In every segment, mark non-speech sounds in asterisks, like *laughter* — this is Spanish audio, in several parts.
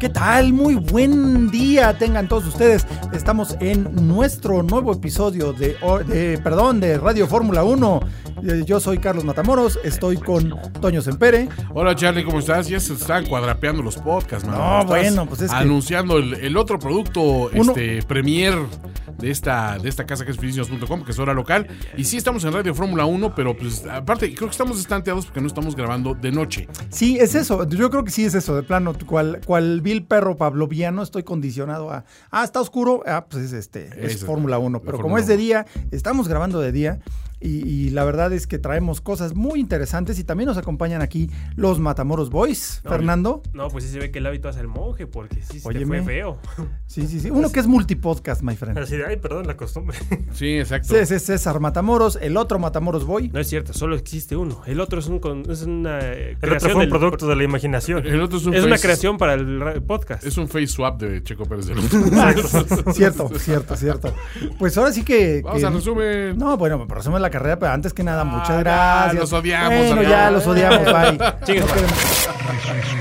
¿Qué tal? Muy buen día tengan todos ustedes. Estamos en nuestro nuevo episodio de, or- de- perdón, de Radio Fórmula 1. Eh, Yo soy Carlos Matamoros, estoy con Toño Sempere. Hola Charlie, ¿cómo estás? Ya se están cuadrapeando los podcasts, mano. No, Estás Ah, bueno, pues es que- Anunciando el, el otro producto Uno- este, premier de esta, de esta casa que es felicinos.com, que es hora local. Y sí estamos en Radio Fórmula 1, pero pues aparte creo que estamos estanteados porque no estamos grabando de noche. Sí, es eso. Yo creo que sí es eso, de plano. Cual, cual vil perro pavloviano estoy condicionado a. Ah, está oscuro. Ah, pues es este. Es, Eso, Fórmula 1. la Pero como Fórmula es de 1. día, estamos grabando de día. Y, y la verdad es que traemos cosas muy interesantes. Y también nos acompañan aquí los Matamoros Boys. No, Fernando. No, pues sí se ve que el hábito hace el monje, porque sí se te Óyeme. fue feo. Sí, sí, sí. Uno que es multipodcast, my friend. Así de, ay, perdón, la costumbre. Sí, exacto. Ese es César Matamoros, el otro Matamoros *laughs* Boy. *laughs* No es cierto, solo existe uno. El otro es, un, con- es una eh, El otro creación fue un del- producto de la imaginación. El otro es un Es una face- creación para el ra- podcast. Es un face swap de Checo *laughs* Pérez del cierto, cierto, cierto. Pues ahora sí que. Vamos que- a resumen. No, bueno, pero resumen la carrera, pero antes que nada, muchas ya, gracias. los odiamos, Bueno, amigo. ya los odiamos, bye. *laughs* Chingues, No bye. queremos-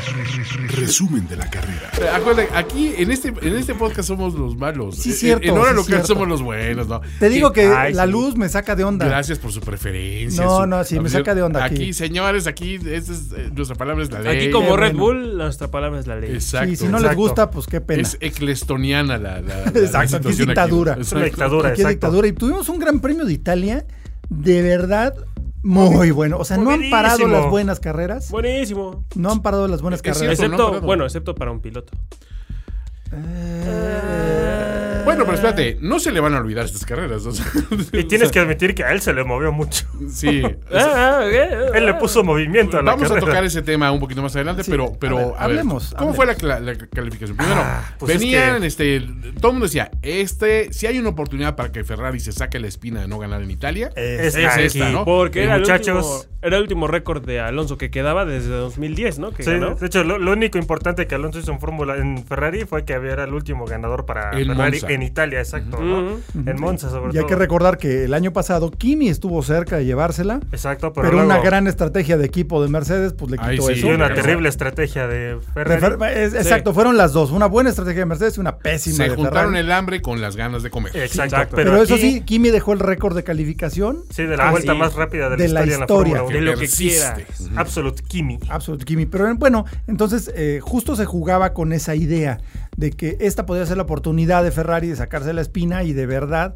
Resumen de la carrera. Eh, Acuérdate, aquí en este, en este podcast somos los malos. Sí, En- cierto, En, hora sí, local cierto. somos los buenos, ¿no? Te digo que Ay, la sí. luz me saca de onda. Gracias por su preferencia. No, su- no, sí, me Afición. saca de onda aquí. aquí. señores, aquí esta es, eh, nuestra palabra es la ley. Aquí, como Qué Red bueno. Bull, nuestra palabra es la ley. Exacto. Y si no les Exacto. gusta, pues qué pena. Es eclestoniana la, la, la- la Exacto, aquí es situación dictadura. Exacto. Es una dictadura, Aquí es exacto. dictadura. Y tuvimos un gran premio de Italia, de verdad, muy bueno. O sea, no han parado Buenísimo. las buenas carreras. Buenísimo. No han parado las buenas Es cierto. carreras. no, Excepto, perdón. bueno, excepto para un piloto. Eh, Bueno, pero espérate, no se le van a olvidar estas carreras. o sea, *laughs* Y tienes que admitir que a él se le movió mucho. *laughs* Sí. Ah, ah, eh, Él le puso movimiento a la Vamos a carrera. tocar ese tema un poquito más adelante, Sí, pero, pero a ver, a ver, hablemos, ¿cómo fue la, cla- la calificación? Primero, Ah, pues es venían, este, todo el mundo decía, este, si hay una oportunidad para que Ferrari se saque la espina de no ganar en Italia, Eh, Es, es aquí. esta, ¿no? Ah, Porque Eh, era el, muchachos. último, era el último récord de Alonso que quedaba desde 2010, ¿no? Que Sí, ganó. de hecho, lo, lo único importante que Alonso hizo en Fórmula en Ferrari fue que era el último ganador para En Ferrari Monza. en Italia, exacto, ¿no? Ujú. En Monza, sobre Y hay todo. que recordar que el año pasado Kimi estuvo cerca de llevársela, Exacto, pero, pero, una luego- gran estrategia de equipo de Mercedes, pues le Ay, quitó sí, eso. y una Exacto. terrible estrategia de De Ferrari. Fer- es- Exacto, fueron las dos. Una buena estrategia de Mercedes y una pésima se de juntaron Ferrari. el hambre con las ganas de comer. Exacto, Exacto. pero, Pero, eso aquí- sí, Kimi dejó el récord de calificación. sí, de la Ah, vuelta sí. más rápida de la De la historia en la historia. Fórmula 1. De lo que persiste. quiera. Absolute Kimi. Absolute Kimi. Pero eh, bueno, entonces eh, justo se jugaba con esa idea de que esta podía ser la oportunidad de Ferrari de sacarse la espina y de verdad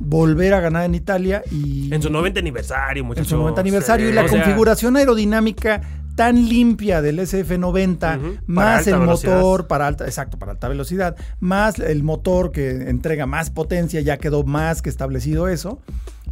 volver a ganar en Italia y En su 90 aniversario, en muchachos. su 90 aniversario y Sí. la O sea, configuración aerodinámica tan limpia del SF90 Ujú. Para más alta el velocidad. motor para alta exacto para alta velocidad más el motor que entrega más potencia ya quedó más que establecido eso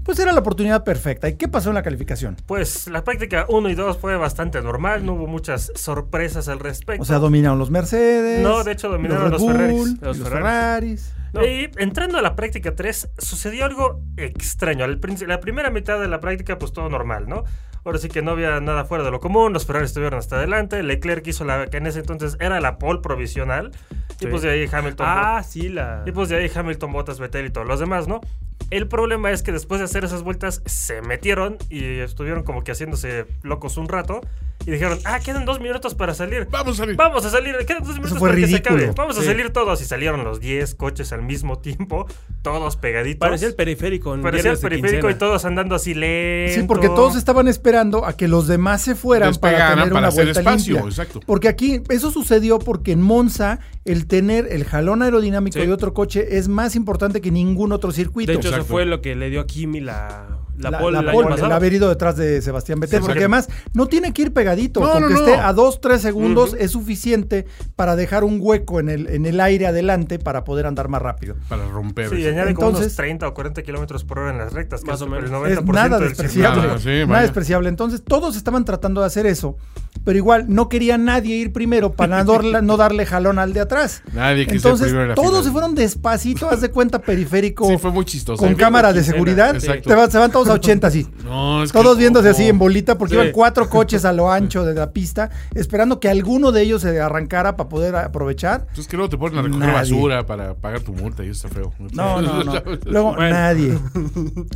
pues era la oportunidad perfecta y qué pasó en la calificación Pues la práctica 1 y 2 fue bastante normal, no hubo muchas sorpresas al respecto. o sea dominaron los Mercedes No, de hecho, dominaron los, los Red Ferraris. Bull, Los los Ferraris. Ferraris. no. Y entrando a la práctica 3, sucedió algo extraño. Al princi- la primera mitad de la práctica, pues todo normal, ¿no? Ahora sí que no había nada fuera de lo común, los Ferrari estuvieron hasta adelante, Leclerc hizo la que en ese entonces era la pole provisional, Sí. y pues de ahí Hamilton. Ah, sí, la. Y pues de ahí Hamilton, Bottas, Vettel y todos los demás, ¿no? El problema es que después de hacer esas vueltas se metieron y estuvieron como que haciéndose locos un rato y dijeron, ah, quedan dos minutos para salir. Vamos *laughs* a ver. Vamos a salir, quedan dos minutos fue para que se ridículo. acabe. Vamos Sí. a salir todos y salieron los 10 coches al mismo tiempo, todos pegaditos. Parecía el periférico. en Parecía el viernes de periférico y quincena. todos andando así lento. Sí, porque todos estaban esperando a que los demás se fueran para Despegaran tener para una hacer vuelta espacio, limpia. exacto. Porque aquí eso sucedió porque en Monza el tener el jalón aerodinámico Sí. de otro coche es más importante que ningún otro circuito. De hecho, eso Exacto. fue lo que le dio a Kimi la, la la, la, pole la el año pole, el pasado. averido detrás de Sebastián Vettel, Sí, porque porque- además no tiene que ir pegadito, No, con no, que no. esté a 2, 3 segundos Ujú. es suficiente para dejar un hueco en el, en el aire adelante para poder andar más rápido. para romper. Sí, eh, eso. añade como unos Entonces- 30 o 40 kilómetros por hora en las rectas, que Más es o menos. el Es 90% nada del despreciable. circuito. Ah, sí, vaya. nada despreciable. Entonces, todos estaban tratando de hacer eso, pero igual no quería nadie ir primero para no *laughs* darle, no darle jalón al de atrás. Nadie quiso ir Entonces, primero en la todos final. se fueron despacito, haz de cuenta periférico. Sí, fue muy chistoso. Con Sí, cámara de quincena, seguridad, exacto. te van- se van todos a 80 así. No, es que Todos no. viéndose así en bolita porque Sí. iban cuatro coches a *laughs* lo ancho de la pista, esperando que alguno de ellos se arrancara para poder aprovechar. Entonces que luego te ponen a recoger Nadie. basura para pagar tu multa y eso está feo. *laughs* No, no, no. Luego nadie,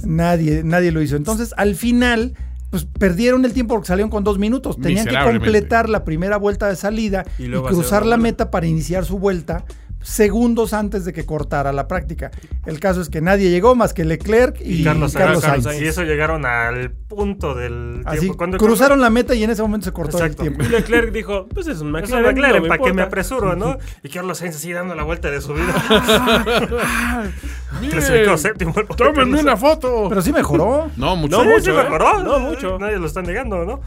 nadie, nadie lo hizo. Entonces, al final, pues perdieron el tiempo porque salieron con dos minutos. Tenían que Miserablemente. completar la primera vuelta de salida Y y, luego hacer cruzar una la vuelta. meta para iniciar su vuelta segundos antes de que cortara la práctica. El caso es que nadie llegó más que Leclerc y, Carlos, Sainz. Y eso llegaron al punto del Así tiempo. Cuando- cruzaron la meta y en ese momento se cortó Exacto. el tiempo. Y Leclerc dijo, pues es un Es McLaren, una McLaren, no me para que me importa. *laughs* apresuro, ¿no? Y Carlos Sainz así dando la vuelta de su vida. *laughs* Le sacó séptimo al pobre tómenme Carlos una foto. Pero sí mejoró. No, mucho. No, Sí, mucho, sí ¿eh? mejoró. No, mucho. Nadie lo está negando, ¿no?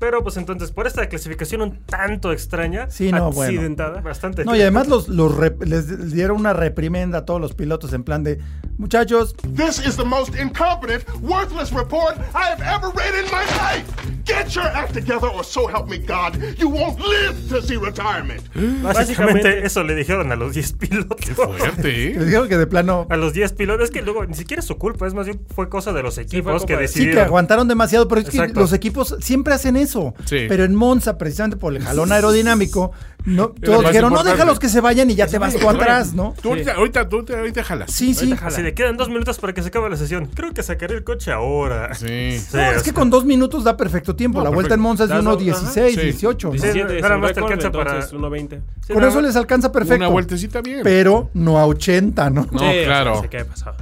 Pero pues entonces, por esta clasificación un tanto extraña, Sí, no, bueno. Accidentada. bastante. No, y además los, los rep- les dieron una reprimenda a todos los pilotos en plan de, muchachos, This is the most incompetent, worthless report I have ever read in my life. Get your act together, or so help me God, you won't live to see retirement. Básicamente Básicamente- eso le dijeron a los 10 pilotos. Fuerte, les ¿eh? dijeron que de plano, *laughs* A los 10 pilotos. Es que luego ni siquiera es su culpa, es más bien fue cosa de los equipos fue que culpa de- sí decidieron. que aguantaron demasiado, pero es que eh, Exacto. los equipos siempre hacen eso. Sí. Pero en Monza, precisamente por el jalón aerodinámico, no, lo todos más dijeron, no importante. déjalos que se vayan y ya te vas tú atrás, ¿no? Tú ahorita, ahorita, tú ahorita, ahorita jalas. Sí, sí. Así de quedan dos minutos para que se acabe la sesión. Creo que sacaré el coche ahora. Sí. Sí, No, es que con dos minutos da perfecto tiempo. la vuelta en Monza es de Das dos, ajá. 1.16, Sí. 18. ¿no? 17 Sí, es nada el más te récord, alcanza para- entonces 1.20. sí, Con nada eso más. les alcanza perfecto. Una vueltecita bien. Pero no a 80, ¿no? No, claro. ¿Qué pasó?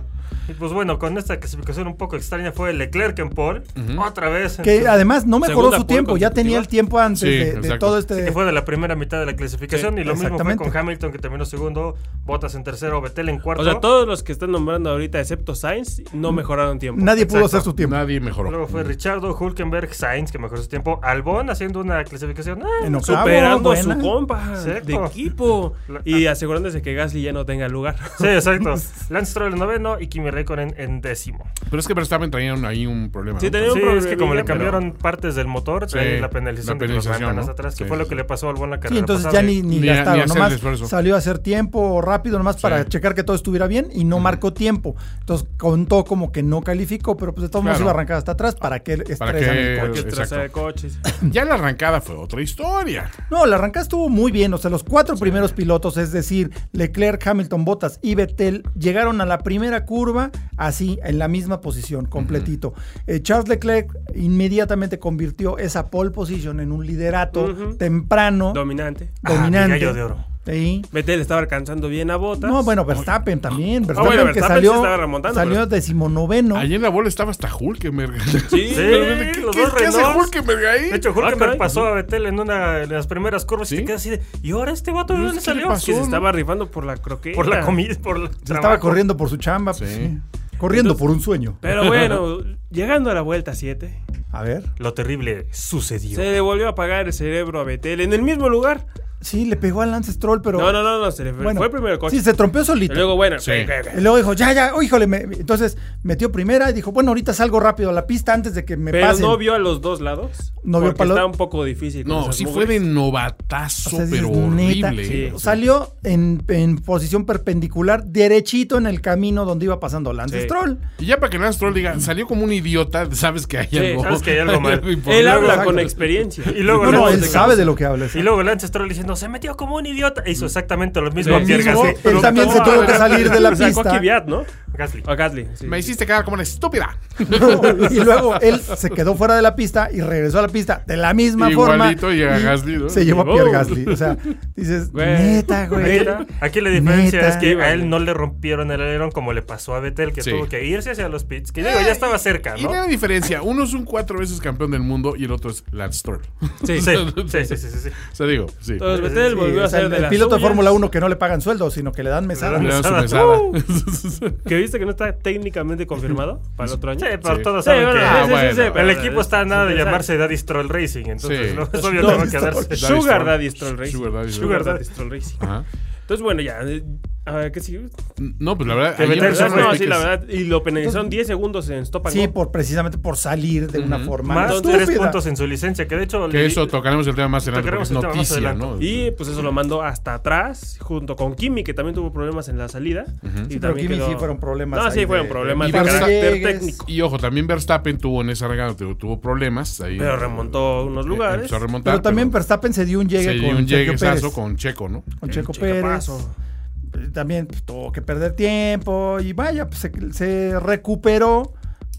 Y pues bueno, con esta clasificación un poco extraña fue Leclerc en Paul. Otra vez. Que además no mejoró Segunda su pole tiempo, ya tenía consecutiva. el tiempo antes Sí, de- de, exacto. todo que este... fue de la primera mitad de la clasificación Sí, y lo mismo fue exactamente. con Hamilton que terminó segundo, Bottas en tercero, Vettel en cuarto. O sea, todos los que están nombrando ahorita, excepto Sainz, no Mm. mejoraron tiempo. Nadie pudo Exacto. hacer su tiempo. Nadie mejoró. Luego fue Richardo, Hulkenberg, Sainz, que mejoró su tiempo. Albon haciendo una clasificación. ah, En octavo, Superando a su buena. compa Exacto. de equipo La- y asegurándose que Gasly ya no tenga lugar. *laughs* Sí, exacto. *laughs* Lance Stroll en noveno y Kimi Räikkönen en décimo. Pero es que Verstappen traían ahí un problema. Sí, ¿no? tenía Sí, un es que como problemilla, le pero- cambiaron partes del motor, Sí, ahí la penalización, la de que los penalización, mandan ¿no? hasta atrás, que Sí, fue lo sí. que le pasó a Albon la Sí, carrera entonces pasada. ya ni, ni Ni a- ni gastaron, hacer el nomás esfuerzo. salió a hacer tiempo rápido, nomás para Sí. checar que todo estuviera bien y no marcó tiempo. Entonces contó como que no calificó, pero pues de todos modos Claro. iba a arrancar hasta atrás para que Para estresan el que. coche. Que exacto. trazar de coches. Ya la arrancada fue otra historia. No, la arrancada estuvo muy bien. O sea, los cuatro primeros pilotos, es decir, Leclerc, Hamilton, Bottas y Vettel, llegaron a la primera curva así, en la misma posición, completito. Eh, Charles Leclerc inmediatamente convirtió esa pole position en un liderato Ujú. temprano, Dominante. Ah, mi dominante. gallo de oro. Sí. Vettel estaba alcanzando bien a botas. No, bueno, Verstappen también. Verstappen, Ah, bueno, que Verstappen salió, sí estaba remontando, salió pero- decimonoveno. Allí en la bola estaba hasta Hulkenberg. Sí, Pero, *laughs* ¿Qué, los qué- dos qué hace Renaults. Hulkenberg ahí? De hecho, Ah, Hulkenberg caray. pasó a Vettel en una de las primeras curvas y pues, ¿Sí? te quedas así de, ¿y ahora este vato de No, dónde es que le salió? pasó, que se ¿no? estaba rifando por la croqueta. Por la comida, por el Se trabajo. estaba corriendo por su chamba. pues, Sí. sí. Corriendo por un sueño. Pero bueno, *laughs* llegando a la vuelta 7, A ver. Lo terrible sucedió. se le volvió a apagar el cerebro a Vettel en el mismo lugar. Sí, le pegó al Lance Stroll, pero. no, no, no, no, se le fue- bueno, fue el primero coche. Sí, se trompeó Y solito. luego, bueno, Sí. Y luego dijo, ya, ya, oh, híjole. me- Entonces metió primera y dijo, bueno, ahorita salgo rápido a la pista antes de que me pero pasen. no vio a los dos lados. No vio porque para los- está un poco difícil. con No, esas sí fue de mugres. O novatazo, sea, dices, pero neta. horrible. Sí. ¿eh? O Salió en, en posición perpendicular, derechito en el camino donde iba pasando Lance Sí. Stroll. Y ya para que Lance Stroll diga, salió como un idiota, sabes que hay algo. sabes que *laughs* hay algo mal. importante. Él habla Exacto. con experiencia. Y luego No, no, Lance él de sabe cabeza. de lo que habla. Y luego Lance Stroll diciendo, se metió como un idiota. E hizo Mm. exactamente lo mismo Lo a Pierre mismo, Gasly. él también se No, tuvo a que salir de la *laughs* Sacó a pista. Kvyat, ¿no? Gasly. A Gasly. sí. Me hiciste quedar como una estúpida. No, *laughs* y luego él se quedó fuera de la pista y regresó a la pista de la misma Igualito forma. y a Gasly, ¿no? Se llevó a Llegó. Pierre Gasly. O sea, dices, Güey. neta, güey. Aquí, aquí la diferencia Neta. es que a él no le rompieron el alerón como le pasó a Vettel, que Sí. tuvo que irse hacia los pits. Que digo, ya estaba cerca, Y no ¿no? hay una diferencia. Uno es un cuatro veces campeón del mundo y el otro es Lance Stroll. *laughs* Sí. Sí, sí, sí, sí, sí, sí. O sea, digo, sí. Todo Pues Vettel Sí, volvió o a sea, ser el, de el las piloto de suyas. Fórmula 1 que no le pagan sueldo, sino que le dan mesada. Le dan su Uh. mesada. *laughs* *laughs* ¿Que viste que no está técnicamente confirmado para el otro año? Sí, pero Sí. todos Sí, pues, saben bueno, que Ah, sí, sí, sí, bueno. sí, pero- el equipo está a nada de sí, sí, llamarse Daddy's Troll Racing, entonces Sí. no es obvio que va a quedarse. Daddy Sugar Stroll. Daddy Stroll Racing. Sugar Daddy Stroll. Sugar Daddy Stroll Racing. Ajá. Entonces, bueno, ya. eh, A ver, ¿qué sigue? No, pues la verdad. Que ayer Vettel La verdad, empezaron fue- No, los sí, la teques. verdad. Y lo penalizaron 10 segundos en Stop and Sí, Go. por, precisamente por salir de una forma Más estúpida. tres puntos en su licencia, que de hecho. Que eso tocaremos el tema más adelante porque Tocaremos es el tema más noticia, adelante. ¿no? Y pues eso lo mandó hasta atrás, junto con Kimi, que también tuvo problemas en la salida. y Sí, pero también Kimi sí fueron problemas No, ahí sí, de- fueron problemas Y de, Verstappen- carácter Llegues. técnico. Y ojo, también Verstappen tuvo en esa regada, tuvo, tuvo problemas. Ahí, Pero remontó unos Eh, lugares. empezó a remontar, Pero también Verstappen se dio un llegue se dio con un Checo Pérez. lleguesazo con Checo, ¿no? con Checo Checo Pérez. Paso. Eh, También pues, tuvo que perder tiempo y vaya, pues, se, se recuperó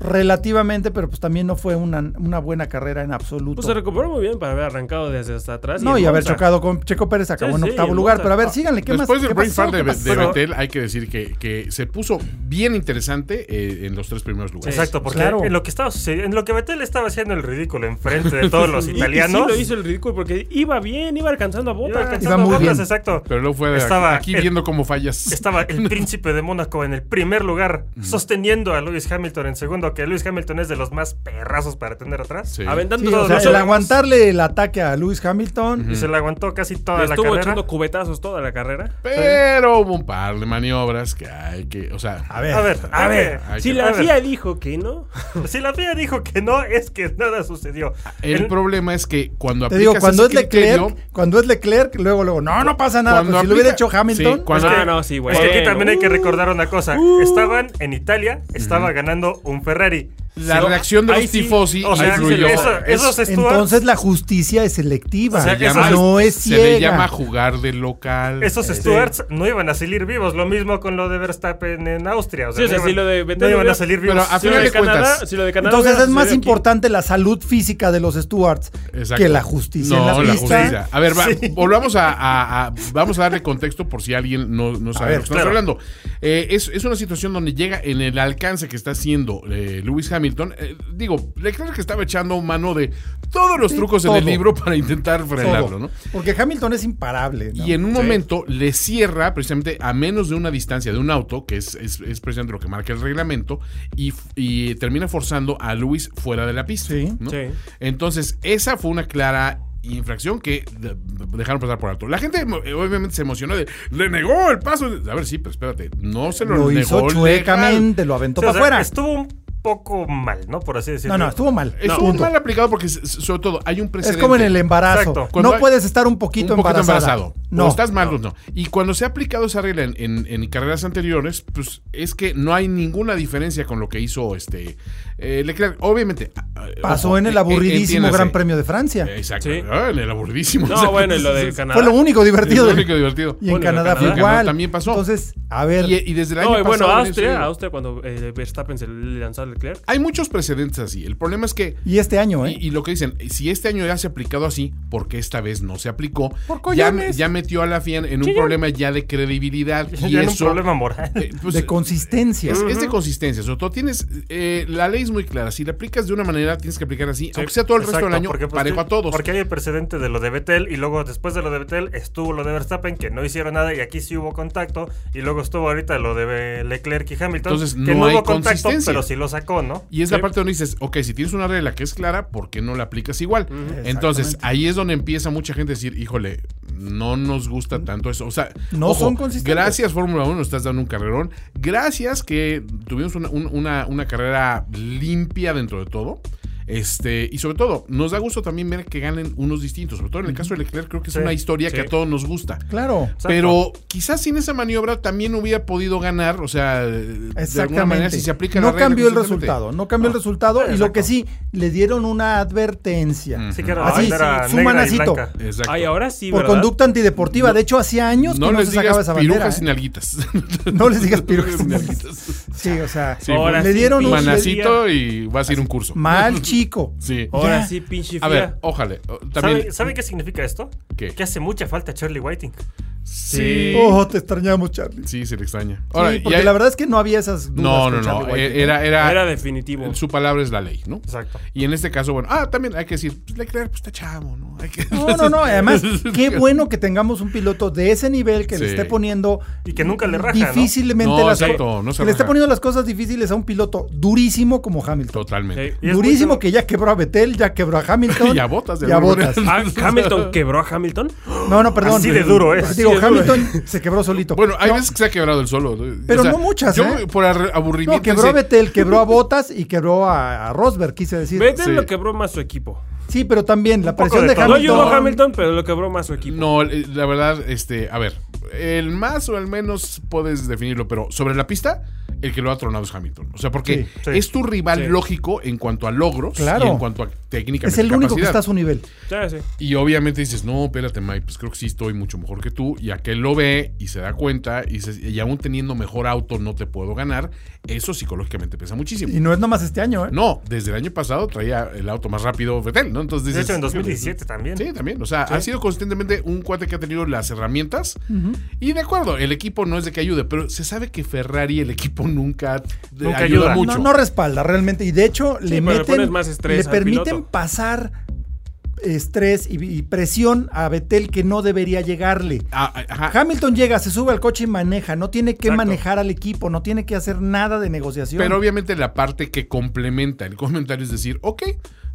relativamente, pero pues también no fue una, una buena carrera en absoluto. Pues se recuperó muy bien para haber arrancado desde hasta atrás. no, y en haber Monza. chocado con Checo Pérez acabó Sí, en sí, octavo en lugar. Monza. Pero a ver, síganle, ¿qué Después más? del ¿Qué brain pasó? fart de, ¿Qué de pasó? Vettel, hay que decir que, que se puso bien interesante eh, en los tres primeros lugares. Exacto, porque Claro. en lo que estaba sucediendo, en lo que Vettel estaba haciendo el ridículo enfrente de todos *laughs* los Y- y italianos. sí lo hizo el ridículo porque iba bien, iba alcanzando a Iba Botas. alcanzando muy botas, bien. exacto. Pero luego fue de Estaba aquí, el- viendo cómo fallas. *laughs* Estaba el príncipe de Mónaco en el primer lugar, sosteniendo a Lewis Hamilton en segundo, que Lewis Hamilton es de los más perrazos para tener atrás. Sí. Aventando Sí, todos o sea, los el ojos. aguantarle el ataque a Lewis Hamilton. Y se la aguantó casi toda Le la Estuvo carrera. echando cubetazos toda la carrera. Pero hubo un par de maniobras que hay que. O sea, A ver, A ver, a ver. Ay, Si qué- la a ver. CIA dijo que no. Si la FIA dijo que no, es que nada sucedió. el En- problema es que cuando te digo, aplicas cuando es ese criterio, Leclerc, cuando es Leclerc, luego, luego, no, no pasa nada. Cuando pero si lo hubiera aplica- hecho Hamilton, pues Sí, cuando- Ah, no, sí, güey. Es que aquí también hay que Uh, recordar una cosa. Estaban en Italia, estaba ganando un Ferrari. la Sí, no, reacción de ahí los sí, tifosi O sea, influyó. eso- Es- esos Stewards entonces la justicia es selectiva. O sea, se esos- llama- no es Se le ciega. llama jugar de local. esos este, Stewards no iban a salir vivos. Lo mismo con lo de Verstappen en Austria. O sea, Sí, o sea, no, iban, sí, lo de no Vettel iban hubiera- a salir Pero vivos. a Si final lo, de de cuentas- Canadá, si lo de Canadá. Entonces hubiera es más sucedido aquí, importante la salud física de los Stewards Exacto. que la justicia No, en la, la pista. justicia. A ver, va- volvamos a, a- a- Vamos a darle contexto por si alguien no, no sabe ver, de lo que estamos claro. hablando. Eh, es, es una situación donde llega en el alcance que está haciendo eh, Lewis Hamilton. eh, digo, Leclerc que estaba echando mano de todos los Sí, trucos en el todo. libro para intentar todo. frenarlo, ¿no? Porque Hamilton es imparable. ¿no? Y en un momento le cierra precisamente a menos de una distancia de un auto, que es, es- es precisamente lo que marca el reglamento, y, f- y termina forzando a Luis fuera de la pista. Sí. ¿no? Sí. Entonces, esa fue una clara infracción que de- dejaron pasar por alto. La gente mo- eh, obviamente se emocionó de, le negó el paso. A ver, sí, pero espérate, no se lo, lo negó. hizo legal. chuecamente, lo O aventó sea, para afuera. Estuvo un poco mal, ¿no? Por así decirlo. No, no, estuvo mal. Estuvo Punto. mal aplicado porque, s- s- sobre todo, hay un Es precedente. como en el embarazo. Exacto. Cuando No hay- puedes estar un poquito, un poquito embarazada. embarazado. No. No. estás mal, no. Y cuando se ha aplicado esa regla en, en- en carreras anteriores, pues es que no hay ninguna diferencia con lo que hizo este eh, Leclerc. Obviamente. ah, Pasó ojo, en el eh, aburridísimo entiéndase. Gran Premio de Francia. Eh, Exacto. Sí. Ah, en el aburridísimo. No, bueno, y lo de Canadá. *laughs* Fue lo único divertido. divertido. Lo único divertido. Y en Bueno, Canadá en fue Canadá igual. también pasó. Entonces, a ver. Y, y desde el año No, y bueno, pasado venía Austria, sucediendo. Austria cuando eh, Verstappen se le lanzó a Leclerc. Hay muchos precedentes así. El problema es que Y este año, ¿eh? Y, y lo que dicen, si este año ya se ha aplicado así, ¿por qué esta vez no se aplicó? Por ya, coyones. ya metió a la FIA en, en un problema ya de credibilidad. *laughs* Ya y era un eso, problema moral. *laughs* eh, pues, eh, de consistencia. es, es de consistencia. Sobre todo tienes. eh, la ley es muy clara. Si la aplicas de una manera, tienes que aplicar así. aunque sea todo el resto Exacto, del año, porque, pues, parejo sí, a todos. Porque hay el precedente de lo de Vettel y luego después de lo de Vettel estuvo lo de Verstappen que no hicieron nada y aquí sí hubo contacto y luego estuvo ahorita lo de Leclerc y Hamilton Entonces, que no hay hubo contacto consistencia. pero sí lo sacó, ¿no? Y es la parte donde dices, ok, si tienes una regla que es clara, ¿por qué no la aplicas igual? Entonces, ahí es donde empieza mucha gente a decir, híjole, no nos gusta tanto eso. O sea, No son consistentes. Gracias, Fórmula 1, nos estás dando un carrerón. Gracias que tuvimos una, un- una- una carrera limpia dentro de todo. Este, y sobre todo, nos da gusto también ver que ganen unos distintos. Sobre todo en el caso de Leclerc, creo que es Sí, una historia que sí. a todos nos gusta. Claro. Pero quizás sin esa maniobra también hubiera podido ganar, o sea, de alguna manera Exactamente. si se aplica no la regla Ah, cambió el consistentemente. resultado, no cambió el resultado y lo que sí le dieron una advertencia. Sí que era la Así, bandera Ah, su negra y manacito. blanca. Exacto. Ay, ahora sí, por ¿verdad? conducta antideportiva. de hecho, hacía años no que no les se sacaba digas esa bandera. pirujas ¿eh? *laughs* sin alguitas. No les *laughs* digas Pirujas pirujas sin sin alguitas. Sí, o sea, Sí, Ahora le sí, dieron un pinche le- Manacito y vas a ir a un curso. mal chico. Sí. Ahora Ya. sí, pinche A ver, FIA. ojalá. o- ¿Sabe, También. sabe qué significa esto? ¿Qué? Que hace mucha falta Charlie Whiting. Sí. Oh, te extrañamos, Charlie. Sí, se le extraña. Sí, Ahora, porque ya- la verdad es que no había esas dudas. no, con no, Charlie no. Whiting, eh, Era, era, Era definitivo. Su palabra es la ley, ¿no? Exacto. Y en este caso, bueno, ah, también hay que decir, pues Leclerc, pues está chavo, ¿no? Hay que- *laughs* No, no, no. *laughs* Además, qué bueno que tengamos un piloto de ese nivel que le Sí. esté poniendo. Y que nunca le raja, ¿no? Difícilmente No, las exacto, co- no se Que le esté raja. poniendo las cosas difíciles a un piloto durísimo como Hamilton. Totalmente. Sí. Y es durísimo mucho- que ya quebró a Betel, ya quebró a Hamilton. Y a Bottas, de Y a alguna Bottas. *laughs* Ah, Hamilton quebró a Hamilton. No, no, perdón. Así de duro, ¿eh? Digo, Así de duro. Hamilton se quebró solito. Bueno, hay No, veces que se ha quebrado el solo. Pero no muchas, Yo, ¿eh? por ar- aburrimiento. No, quebró a ese- Betel, quebró a Botas y quebró a, a Rosberg, quise decir. Vettel Sí. lo quebró más su equipo. Sí, pero también la poco presión de de, todo. No Hamilton. ayudó a Hamilton, pero lo quebró más su equipo. No, eh, la verdad, este, a ver, el más o el menos puedes definirlo, pero sobre la pista, el que lo ha tronado es Hamilton. O sea, porque Sí, sí. es tu rival Sí. lógico en cuanto a logros Claro. y en cuanto a técnica. Es el único que está a su nivel. Ya, sí. Y obviamente dices, no, espérate, Mike, pues creo que sí estoy mucho mejor que tú. Y aquel lo ve y se da cuenta y, dices, y aún teniendo mejor auto no te puedo ganar. Eso psicológicamente pesa muchísimo. Y no es nomás este año, ¿eh? No, desde el año pasado traía el auto más rápido Vettel, ¿no? Entonces De dices, hecho, en 2017 también. Sí, también. O sea, ha sido consistentemente un cuate que ha tenido las herramientas. Y de acuerdo, el equipo no es de que ayude, pero se sabe que Ferrari, el equipo nunca, de- Nunca ayuda, ayuda. mucho. No, no respalda realmente. Y de hecho, le pero le meten. pones más estrés le al permiten piloto. pasar estrés y, y presión a Betel que no debería llegarle. Ah, ah, ajá. Hamilton llega, se sube al coche y maneja. No tiene que Exacto. manejar al equipo, no tiene que hacer nada de negociación. Pero obviamente la parte que complementa el comentario es decir, ok,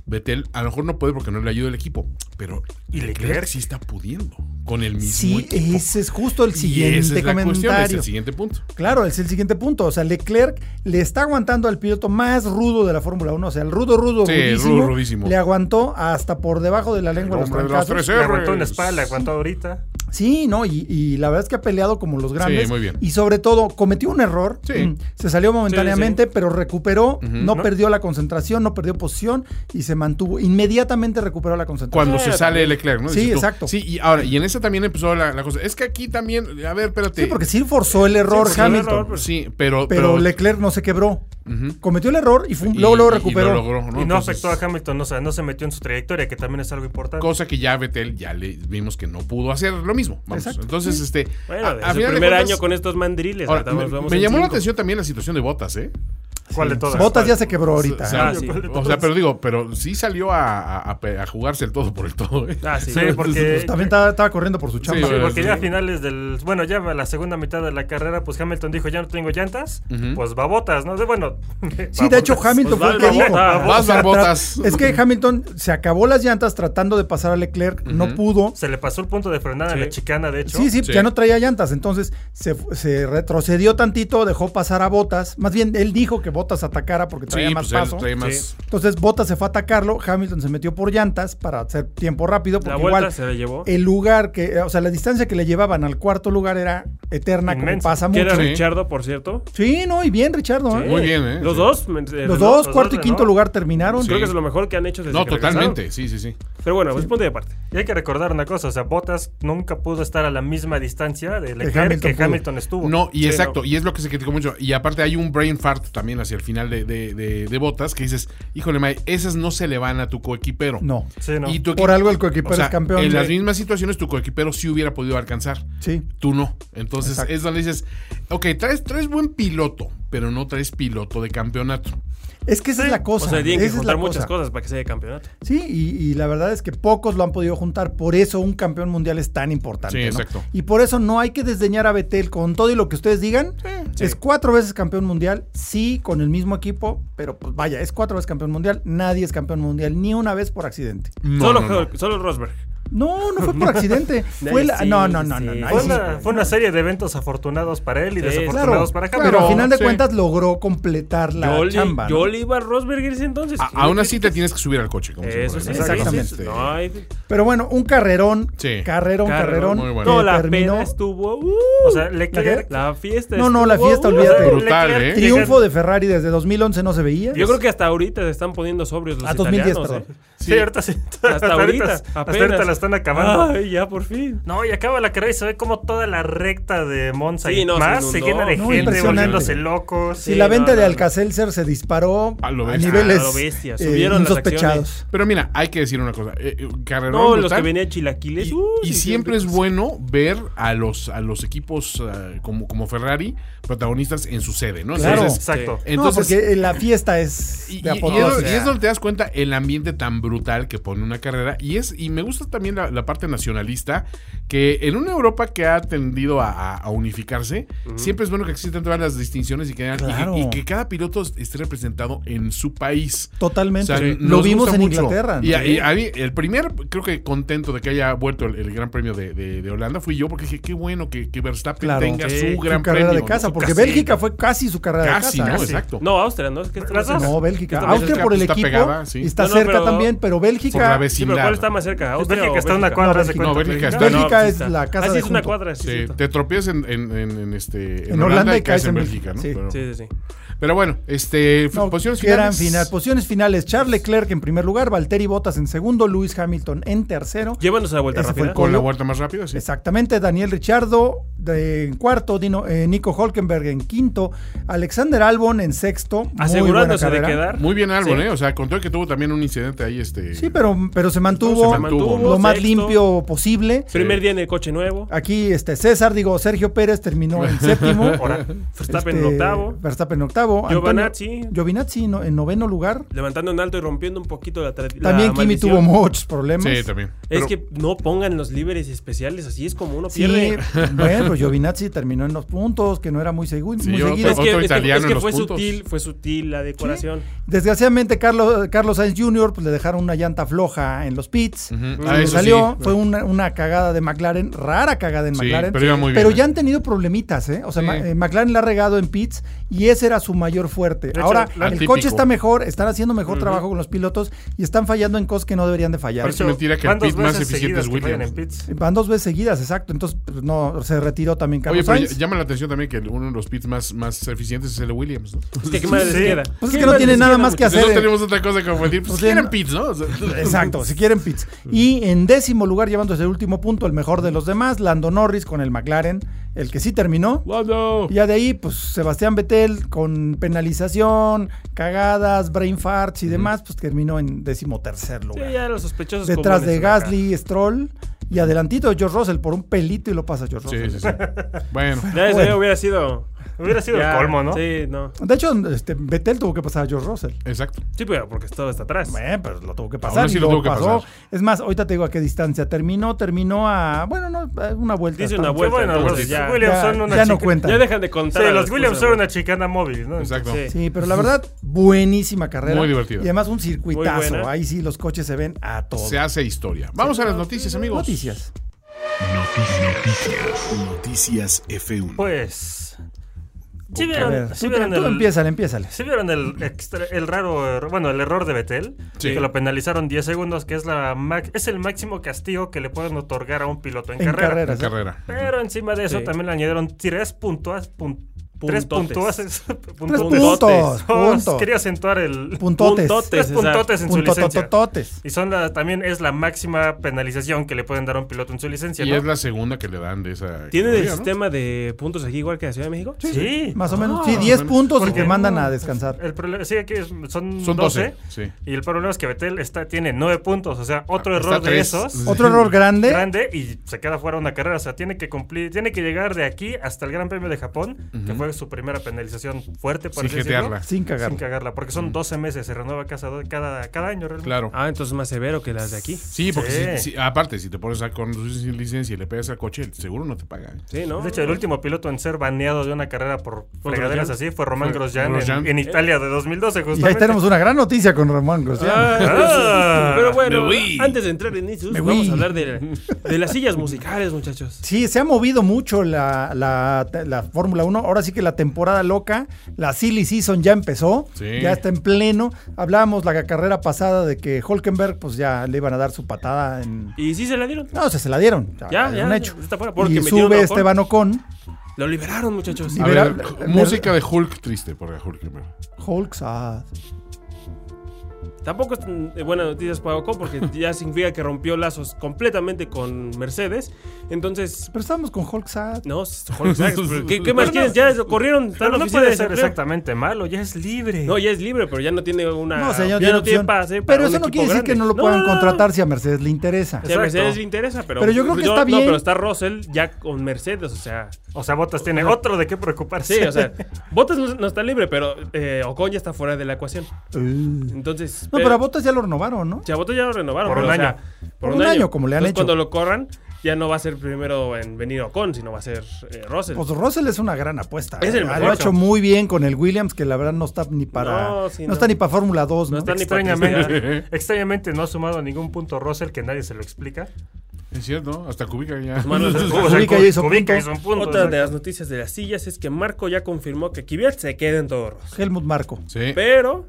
Vettel a lo mejor no puede porque no le ayuda el equipo, pero Y Leclerc Leclerc. sí está pudiendo con el mismo sí, equipo. ese es justo el y siguiente esa es la cuestión, es comentario. el siguiente punto. Claro, es el siguiente punto. O sea, Leclerc le está aguantando al piloto más rudo de la Fórmula 1. O sea, el rudo, rudo, Sí, rudísimo, rudo, rudísimo. Le aguantó hasta por debajo de la lengua los hombre de las trancazos. tres ¿eh? Le aguantó una R's. espalda, le aguantó ahorita. Sí, no, y, y la verdad es que ha peleado como los grandes. muy bien. Y sobre todo, cometió un error. Sí. Mm, Se salió momentáneamente, pero recuperó, no, ¿No? perdió la concentración, no perdió posición y se mantuvo. Inmediatamente recuperó la concentración. Cuando se sale Leclerc, ¿no? Sí, Dices tú, exacto. Sí, y ahora, y en esa también empezó la, la cosa. Es que aquí también, a ver, espérate. Sí, porque sí forzó el error forzó el Hamilton. error, pero, pero- Sí, pues, pero. Leclerc no se quebró. Ujú. Cometió el error y, fue un- Y- luego, luego y lo recuperó. logró, ¿no? y no Entonces, afectó a Hamilton, o sea, no se metió en su trayectoria, que también es algo importante. Cosa que ya Vettel ya le vimos que no pudo hacer lo mismo. Vamos. Exacto. Entonces, este. Bueno, a- a desde final el de primer cuentas- año con estos mandriles. Ahora, ahorita me, nos vemos me en llamó la cinco. atención también la situación de Botas, ¿eh? ¿Cuál de todas? Botas ¿Cuál? ya se quebró ahorita. O sea, Ah, sí. o sea, pero digo, pero sí salió a, a- a pe- a jugarse el todo por el todo, ¿eh? *laughs* Ah, sí. Sí, porque. También estaba, estaba corriendo por su chamba. Sí, bueno, porque ya a sí. finales del. Bueno, ya a la segunda mitad de la carrera, pues Hamilton dijo: Ya no tengo llantas, Ujú. pues va botas, ¿no? De- Bueno. *laughs* Sí, de hecho, Hamilton Pues fue el que vas, dijo. Barbotas, vas, O sea, tra- Barbotas. Es que Hamilton se acabó las llantas tratando de pasar a Leclerc, no pudo. Se le pasó el punto de frenar a Sí. la chicana, de hecho. Sí, sí, Sí. ya no traía llantas. Entonces se, fu- se retrocedió tantito, dejó pasar a Botas. Más bien, él dijo que Botas atacara porque traía Sí, más pues él paso. trae más. Sí. Entonces Botas se fue a atacarlo. Hamilton se metió por llantas para hacer tiempo rápido. La Porque vuelta igual se la llevó. el lugar que, eh, o sea, la distancia que le llevaban al cuarto lugar era eterna, como Inmensa. pasa Que era mucho. Sí. Richardo, por cierto. Sí, no, y bien, Richardo. ¿eh? Muy bien, ¿eh? Los Sí. dos. me- Los reloj- dos, los cuarto dos y de quinto nuevo. lugar terminaron. Creo Sí. que es lo mejor que han hecho desde No, que regresaron. totalmente. Sí, sí, sí. Pero bueno, pues punto de parte. Y hay que recordar una cosa, o sea, Bottas nunca pudo estar a la misma distancia de Leclerc Hamilton que pudo. Hamilton estuvo. No, y Sí, exacto, no. y es lo que se criticó mucho. Y aparte hay un brain fart también hacia el final de, de, de- de botas que dices, híjole, May, esas no se le van a tu coequipero. No. Sí, no. Y tu Por equipo- algo el coequipero o sea, es campeón. En las Sí. mismas situaciones tu coequipero sí hubiera podido alcanzar. Sí. Tú no. Entonces Exacto. es donde dices, ok, traes, traes buen piloto, pero no traes piloto de campeonato. Es que esa es la cosa. O sea, esa tienen que es la juntar muchas cosa. cosas para que sea de campeonato. Sí, y, y la verdad es que pocos lo han podido juntar. Por eso un campeón mundial es tan importante. Sí, ¿no? exacto. Y por eso no hay que desdeñar a Betel con todo y lo que ustedes digan. Es cuatro veces campeón mundial, sí, con el mismo equipo, pero pues vaya, es cuatro veces campeón mundial. Nadie es campeón mundial, ni una vez por accidente. No, solo, no, no. solo Rosberg. No, no fue por accidente. fue la- Sí, no, no, no, no. sí. no, ahí Fue sí. una, fue una serie de eventos afortunados para él Sí, y Claro, desafortunados para Hamilton. pero al final de sí. cuentas logró completar la yo, chamba. le, ¿no? yo le iba a Rosberg en ese entonces. A- aún así te tienes que subir al coche. como se Eso puede, sí, ¿no? Exactamente. exactamente. No, hay- Pero bueno, un carrerón, Sí. carrerón, carrerón. Carrerón, muy bueno. que Toda la terminó- peda estuvo. uh, O sea, Leclerc... la fiesta. No, no, la estuvo, fiesta, uh, olvídate. Leclerc Brutal, *laughs* ¿eh? llega- Triunfo de Ferrari desde 2011 no se veía. Yo creo que hasta ahorita se están poniendo sobrios los Ah, 2010, italianos, perdón. ¿eh? Sí, ahorita sí. Hasta ahorita, Hasta apenas. ahorita las están acabando. Ay, ya por fin. No, y acaba la carrera y se ve como toda la recta de Monza Sí, y no, se más se, inundó. llena de No, gente impresionante. volviéndose locos. Si Sí, la venta no, de no, no. Alcacelser se disparó a, A lo bestia. niveles A lo bestia. eh, Subieron las insospechados. Pero mira, hay que decir una cosa. eh, eh, carrerón No, los brutal. que venían chilaquiles. Y, uy, y sí, siempre es ricos. bueno ver a los, a los equipos eh, como, como Ferrari protagonistas en su sede, ¿no? Claro. Entonces, Exacto. no, entonces- porque eh, la fiesta es y, de y- a por y es, dos. y es donde te das cuenta el ambiente tan brutal que pone una carrera. Y es y me gusta también la, la parte nacionalista, que en una Europa que ha tendido a, a- a unificarse, siempre es bueno que existen todas las distinciones y que, y que- Claro. y que cada piloto esté representado en su país. Totalmente. O sea, nos Lo vimos gusta en mucho. Inglaterra. Y, a- ¿no? y a mí, el primer, creo que contento de que haya vuelto el, el Gran Premio de, de- de Holanda fui yo, porque dije, qué bueno que, que Verstappen Claro. tenga Sí, su Su Gran carrera Premio. de ¿no? casa, Su porque casi- Bélgica fue casi su carrera Casi, de ¿no? casa. Exacto. No, Austria, ¿no? Es que Las dos. No, Bélgica. Esta Austria Bélgica por el está equipo pegada, sí. está No, no, cerca pero- también, pero Por la Bélgica Sí, pero vecindad. ¿cuál está más cerca? ¿Austria Bélgica o está a una Bélgica? cuadra. No, haz de Bélgica. cuenta. No, Bélgica está- Bélgica sí es está. la casa Ah, sí, de es una junto. cuadra. Sí, Sí, es cierto. te tropiezas en, en- en- en este, en En Holanda, Holanda y caes en Bélgica, sí. ¿no? Pero, Sí, sí, sí. pero bueno, este, f- No, posiciones que eran finales. final- Posiciones finales. Charles Leclerc en primer lugar, Valtteri Bottas en segundo, Lewis Hamilton en tercero. Llévanos a la vuelta Ese fue el rápida. co- Con la vuelta más rápida, sí. Exactamente, Daniel Richardo de, en cuarto, Dino- eh, Nico Holkenberg en quinto, Alexander Albon en sexto. muy Asegurándose buena de carrera. quedar. Muy bien Albon, Sí. ¿eh? O sea, contó que tuvo también un incidente ahí, este... Sí, pero, pero se mantuvo, Se mantuvo, lo más sexto. limpio posible. Primer día en el coche nuevo. Aquí este César, digo, Sergio Pérez terminó en séptimo. *laughs* Ahora, Verstappen Este, octavo. Verstappen en octavo. Antonio- Giovinazzi. Giovinazzi no- en noveno lugar. Levantando en alto y rompiendo un poquito la tradición. También Kimi tuvo muchos problemas. Sí, también. Es Pero- que no pongan los líderes especiales, así es como uno Sí, pierde. bueno, pues Giovinazzi terminó en los puntos, que no era muy, seguro, Sí, muy yo- seguido. Pues Es que, Otro es que- italiano es que en los fue puntos. sutil, fue sutil la decoración. Desgraciadamente, Carlos, Carlos Sainz Jr. pues, le dejaron una llanta floja en los pits. Ujú. Cuando Ah, eso salió, sí. fue una, una cagada de McLaren, rara cagada en Sí, McLaren. pero iba muy bien, Pero ¿eh? ya han tenido problemitas, ¿eh? O sea, Sí. Ma- eh, McLaren la ha regado en pits y ese era su mayor fuerte. hecho, Ahora, la- el Atípico. coche está mejor, están haciendo mejor trabajo con los pilotos y están fallando en cosas que no deberían de fallar. Parece mentira que el Van dos pit más veces eficiente seguidas es que fallan Williams. en pits. Van dos veces seguidas, exacto. Entonces, pues, no, se retiró también Carlos Oye, pero Sainz. ya- llama la atención también que uno de los pits más, más eficientes es el de Williams, ¿no? Es que qué mal les Sí. queda. Pues es Qué que no mal tiene les nada queda, más que muchachos. Entonces hacer. no tenemos otra cosa que competir. Pues O sea, quieren no- pits, ¿no? O sea, *laughs* Exacto, si quieren pits. Y en décimo lugar, llevándose el último punto, el mejor de los demás, Lando Norris con el McLaren, el que sí terminó. *laughs* Lando. Y ya de ahí, pues Sebastián Vettel con penalización, cagadas, brain farts y demás, pues terminó en décimo tercer lugar. Sí, ya los sospechosos Detrás comunes de son acá. Gasly, Stroll y adelantito de George Russell por un pelito y lo pasa George Sí, Russell. sí, sí. Bueno. Ya ese Bueno. hubiera sido. Hubiera sido ya, el colmo, ¿no? Sí, no. De hecho, este, Vettel tuvo que pasar a George Russell. Exacto. Sí, pero porque todo está atrás. Bueno, pero lo tuvo que pasar así y lo lo tuvo que pasó. pasar. Es más, ahorita te digo a qué distancia. Terminó, terminó a... Bueno, no, a una vuelta. Dice Está- una Qué vuelta. bueno, entonces los ya, Williams ya- son una ya no chica- cuenta. ya dejan de contar. Sí, a las los Williams cosas, son una chicana móvil, ¿no? Exacto. Sí. Sí, pero la verdad, buenísima carrera. Muy divertida. Y además un Muy circuitazo. buena. Ahí sí los coches se ven a todo. Se hace historia. Vamos a las noticias, amigos. Noticias. Noticias. Noticias F1. Pues. ¿Sí A vieron, ver, sí tú, vieron tú el- empiézale, empiézale. ¿Sí vieron el, extra- el raro, er- bueno, el error de Betel? Sí. Que lo penalizaron 10 segundos, que es, la max- es el máximo castigo que le pueden otorgar a un piloto en, En ¿eh? carrera. carrera. En carrera. Pero encima de eso Sí. también le añadieron tres puntuas, pun- tres Puntotes. *laughs* puntuaces. Tres puntotes. puntos. Oh, Puntos. Quería acentuar el... Puntotes. Puntotes. Tres puntotes en su licencia. Puntotototes. Y son la- también es la máxima penalización que le pueden dar a un piloto en su licencia, Y ¿no? es la segunda que le dan de esa. ¿Tienen el categoría, ¿no? sistema de puntos aquí igual que la Ciudad de México? Sí. Ah. Más o menos. Sí, 10 puntos y te mandan a descansar. El problema, pues, sí, aquí es- son, Son 12. 12. Sí. Y el problema es que Betel está, tiene 9 puntos. O sea, otro Ah, error está de tres. esos. Otro error grande. Grande y se queda fuera una carrera. O sea, tiene que cumplir, tiene que llegar de aquí hasta el Gran Premio de Japón, que fue su primera penalización fuerte, por Sin así decirlo, jetearla. Sin cagar. Sin cagarla, porque son 12 meses, se renueva cada, cada, cada año realmente. Claro. Ah, entonces más severo que las de aquí. Sí, porque Sí. Si, si- aparte, si te pones a conducir sin licencia y le pegas al coche, el seguro no te paga. ¿eh? Sí, ¿no? De hecho, el último piloto en ser baneado de una carrera por fregaderas Grosjean? así fue Román Fue Grosjean, Grosjean. en, en Italia de 2012, Y justamente. ahí tenemos una gran noticia con Román Grosjean. Ah, pero Me bueno, voy. antes de entrar en eso, Me vamos voy. a hablar de, de las sillas musicales, muchachos. Sí, se ha movido mucho la, la- la Fórmula 1. Ahora sí que la temporada loca, la silly season ya empezó, Sí. ya está en pleno. Hablábamos la carrera pasada de que Holkenberg, pues ya le iban a dar su patada en. Y sí se la dieron. No, o sea, se la dieron. Ya, era ya, un hecho. está fuera, porque y metieron sube a Ocon. Esteban Ocon, Lo liberaron, muchachos. A Libera- ver, me- música de Hulk triste por Hulk. Hulk sad. Tampoco es tan de buenas noticias para Ocon *laughs* porque ya significa que rompió lazos completamente con Mercedes. Entonces, Pero estamos con Hulk Sad. no, Jorge *laughs* Sainz, pero ¿qué, qué más quieres? Ya lo corrieron. está en Pero la no oficina puede de ser Leclerc. exactamente malo, ya es libre. No, ya es libre, pero ya no tiene una. No, señor, Ah, ya tiene no tiene opción. pase. para pero un eso no equipo quiere decir que grande. no lo puedan no, no. contratar si a Mercedes le interesa. O sea, a Exacto. Mercedes le interesa, pero. Pero yo creo que no, está bien. No, pero está Russell ya con Mercedes, o sea. O sea, Botas tiene otro de qué preocuparse. Sí, *laughs* o *laughs* sea, Bottas no, no está libre, pero eh, Ocon ya está fuera de la ecuación. Entonces. Uh. No, pero a Bottas ya lo renovaron, ¿no? Si a Bottas ya lo renovaron. Por pero, un o sea, año. por un, año, como le han Entonces, hecho. Cuando lo corran, ya no va a ser primero en venir Ocon, sino va a ser eh, Russell. Pues Russell es una gran apuesta. Es el Ah, mejor. Lo ha hecho muy bien con el Williams, que la verdad no está ni para. No, No, sí, está no. ni para Fórmula 2, ¿no? No está ni para Extrañamente, extrañamente no ha sumado a ningún punto Russell que nadie se lo explica. Es cierto, hasta Kubica ya. Manos de- O sea, Pues Kubica ya hizo punto. hizo un punto. Otra de exacto. las noticias de las sillas es que Marco ya confirmó que Kvyat se queda en Toro Rosso. Helmut Marco. *laughs* Sí. Pero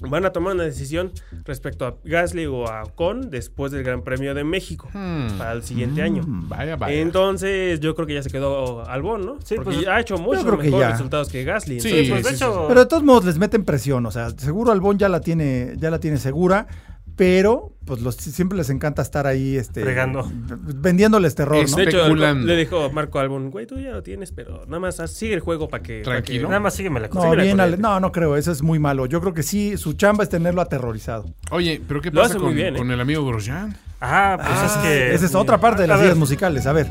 van a tomar una decisión respecto a Gasly o a Ocon después del Gran Premio de México Hmm. para el siguiente año. Vaya, vaya. Entonces yo creo que ya se quedó Albon, ¿no? Sí, Porque pues, ha hecho muchos creo que mejores ya. resultados que Gasly. Sí, entonces, Pues de sí, hecho, Pero de todos modos les meten presión, o sea, seguro Albón ya la tiene, ya la tiene segura, pero pues los, siempre les encanta estar ahí, este, Fregando. vendiéndoles terror, Es- ¿no? de hecho, especulando. le dijo Marco Albon, güey, tú ya lo tienes, pero nada más haz- sigue el juego para que... para que- Tranquilo. nada más sígueme la cosa. No, la bien, corriente. Ale- no, no creo, eso es muy malo. Yo creo que sí, su chamba es tenerlo aterrorizado. Oye, pero ¿qué Lo pasa hace muy con, bien, ¿eh? con el amigo Grosjean? Ah, pues es que. Esa es otra parte de A las ver, ideas musicales. A ver,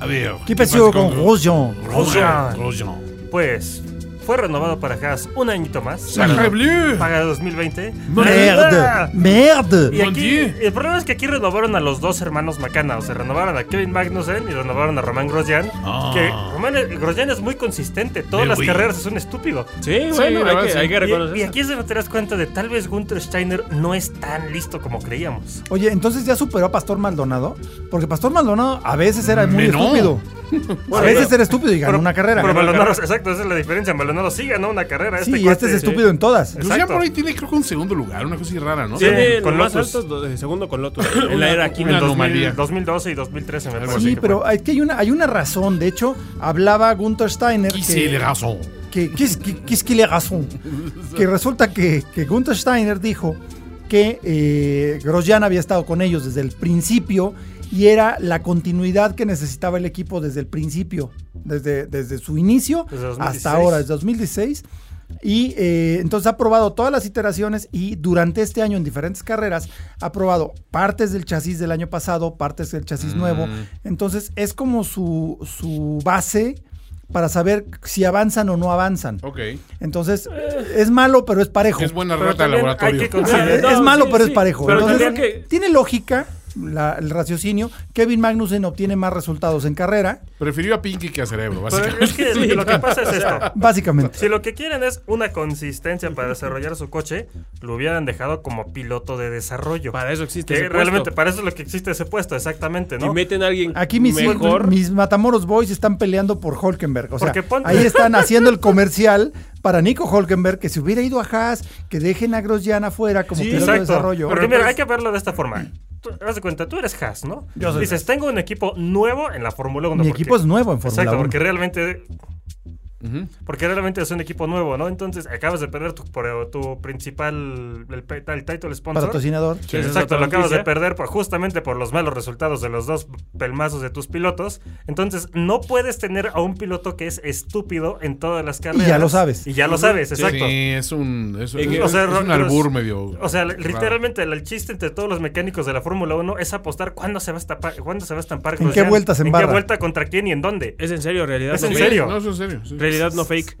A ver. ¿qué pasó pasa con Rosion? Grosjean? Grosjean. Grosjean. Pues fue renovado para Haas un añito más. Sacre bleu. Para 2020. Merde, ¡Mierda! merde. Y Mon aquí, Dieu. el problema es que aquí renovaron a los dos hermanos Macana. O sea, renovaron a Kevin Magnussen y renovaron a Román Grosjean. Ah. Que Román eh, Grosjean es muy consistente. Todas Me las voy. carreras es un estúpido. Sí, bueno, Sí, la hay, verdad, que, sí. hay que reconocer. Y, y aquí es donde te das cuenta de tal vez Gunther Steiner no es tan listo como creíamos. Oye, entonces ya superó a Pastor Maldonado, porque Pastor Maldonado a veces era muy Menó. estúpido. *laughs* a veces era estúpido y ganó una carrera. Pero Ganó una Maldonado, carrera. exacto, esa es la diferencia. Maldonado sí ganó una carrera. Sí, y cuate- este es estúpido en todas. Grosjean Exacto. por ahí tiene, creo que un segundo lugar, una cosa así rara, ¿no? Sí. Tiene con con los más Lotus. altos, do- eh, segundo con Lotus. en la era aquí. una en 2000, anomalía. 2012 y 2013 me parece. Sí, que pero fue. hay, que hay, una, hay una razón. De hecho, hablaba Gunther Steiner. Y que- se le razón. que, ¿qué es- qué- qué es que le *laughs* razón? Que resulta que, que Gunther Steiner dijo que eh, Grosjean había estado con ellos desde el principio y era la continuidad que necesitaba el equipo desde el principio, desde, desde su inicio Desde 2016. hasta ahora, desde 2016. Y eh, entonces ha probado todas las iteraciones y durante este año en diferentes carreras ha probado partes del chasis del año pasado, partes del Mm. chasis nuevo. Entonces es como su, su base para saber si avanzan o no avanzan. Ok. Entonces es malo, pero es parejo. Es buena Pero rata de también laboratorio. hay que O sea, considerar- Eh, es, no, es malo, sí, pero es sí. parejo. Pero Entonces, también que- tiene lógica la- el raciocinio. Kevin Magnussen obtiene más resultados en carrera, Prefirió a Pinky que a Cerebro, Pero básicamente. es *laughs* que lo que pasa es esto. básicamente. Si lo que quieren es una consistencia para desarrollar su coche, lo hubieran dejado como piloto de desarrollo. Para eso existe Que ese realmente puesto. para eso es lo que existe ese puesto, exactamente, Y ¿no? meten a alguien Aquí mis, mejor. mis Matamoros Boys están peleando por Holkenberg. O sea, Porque ponte- ahí están haciendo el comercial para Nico Holkenberg que se hubiera ido a Haas, que dejen a Grosjean afuera como Sí, piloto de desarrollo. Porque mira, hay que verlo de esta forma. Tú, haz de cuenta, tú eres Haas, ¿no? Dices, tengo un equipo nuevo en la Fórmula 1. Mi equipo es nuevo en Fórmula Exacto, 1. porque realmente... Porque realmente es un equipo nuevo, ¿no? Entonces acabas de perder tu, por- tu principal, el, pe- el title sponsor. patrocinador. Sí, esa es Exacto, otra lo acabas de noticia. perder por- justamente por los malos resultados de los dos pelmazos de tus pilotos. Entonces, no puedes tener a un piloto que es estúpido en todas las carreras. lo sabes. Y ya lo sabes, exacto. Sí, es un, es, que- es- o sea, es un Ro- albur Ros- medio. O sea, raro. literalmente el chiste entre todos los mecánicos de la Fórmula 1 es apostar cuándo se va a estampar, cuándo se va a estampar. qué Grosjean, vuelta se ¿En qué embarra? vuelta contra quién y en dónde? Es en serio, realidad. Es no en Sí, fake. serio. No, eso es serio. sí. Realidad no fake.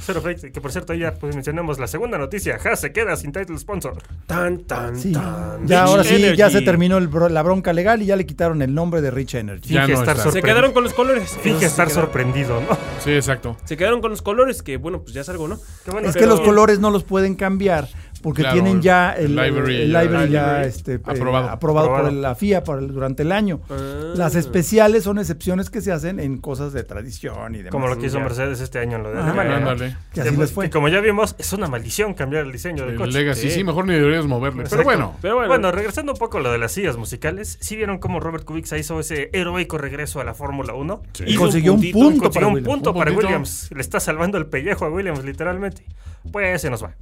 Cero fake, que por cierto ahí ya pues, mencionamos la segunda noticia. Haas se queda sin title sponsor. Tan, tan, Sí. tan. Ya Rich ahora sí, ya Energy. se terminó el bro- la bronca legal y ya le quitaron el nombre de Rich Energy. Ya Finge no estar está. Se sorprendido. quedaron con los colores. Finge Se estar quedaron- sorprendido, ¿no? Sí, exacto. Se quedaron con los colores, que bueno, pues ya es algo, ¿no? Qué bueno, Es que pero- los colores no los pueden cambiar porque Claro, tienen ya el, el library, el ya- library ya library este, eh, aprobado, aprobado. por Aprobado. el- la FIA por el- durante el año. Las especiales son excepciones que se hacen en cosas de tradición y demás. Como lo que hizo Mercedes este año en lo de Alemania. ¿no? Ándale. Que así les Que, pues, fue. que como ya vimos, es una maldición cambiar el diseño del El coche. Legacy, sí, mejor ni deberías moverle. Pero bueno. Pero bueno, Bueno, regresando un poco a lo de las sillas musicales, ¿sí vieron cómo Robert Kubica hizo ese heroico regreso a la Fórmula 1? Sí. Y hizo consiguió un un punto, puntito, para Consiguió un Williams. punto Un para puntito. Williams. Le está salvando el pellejo a Williams, literalmente. Pues se nos va.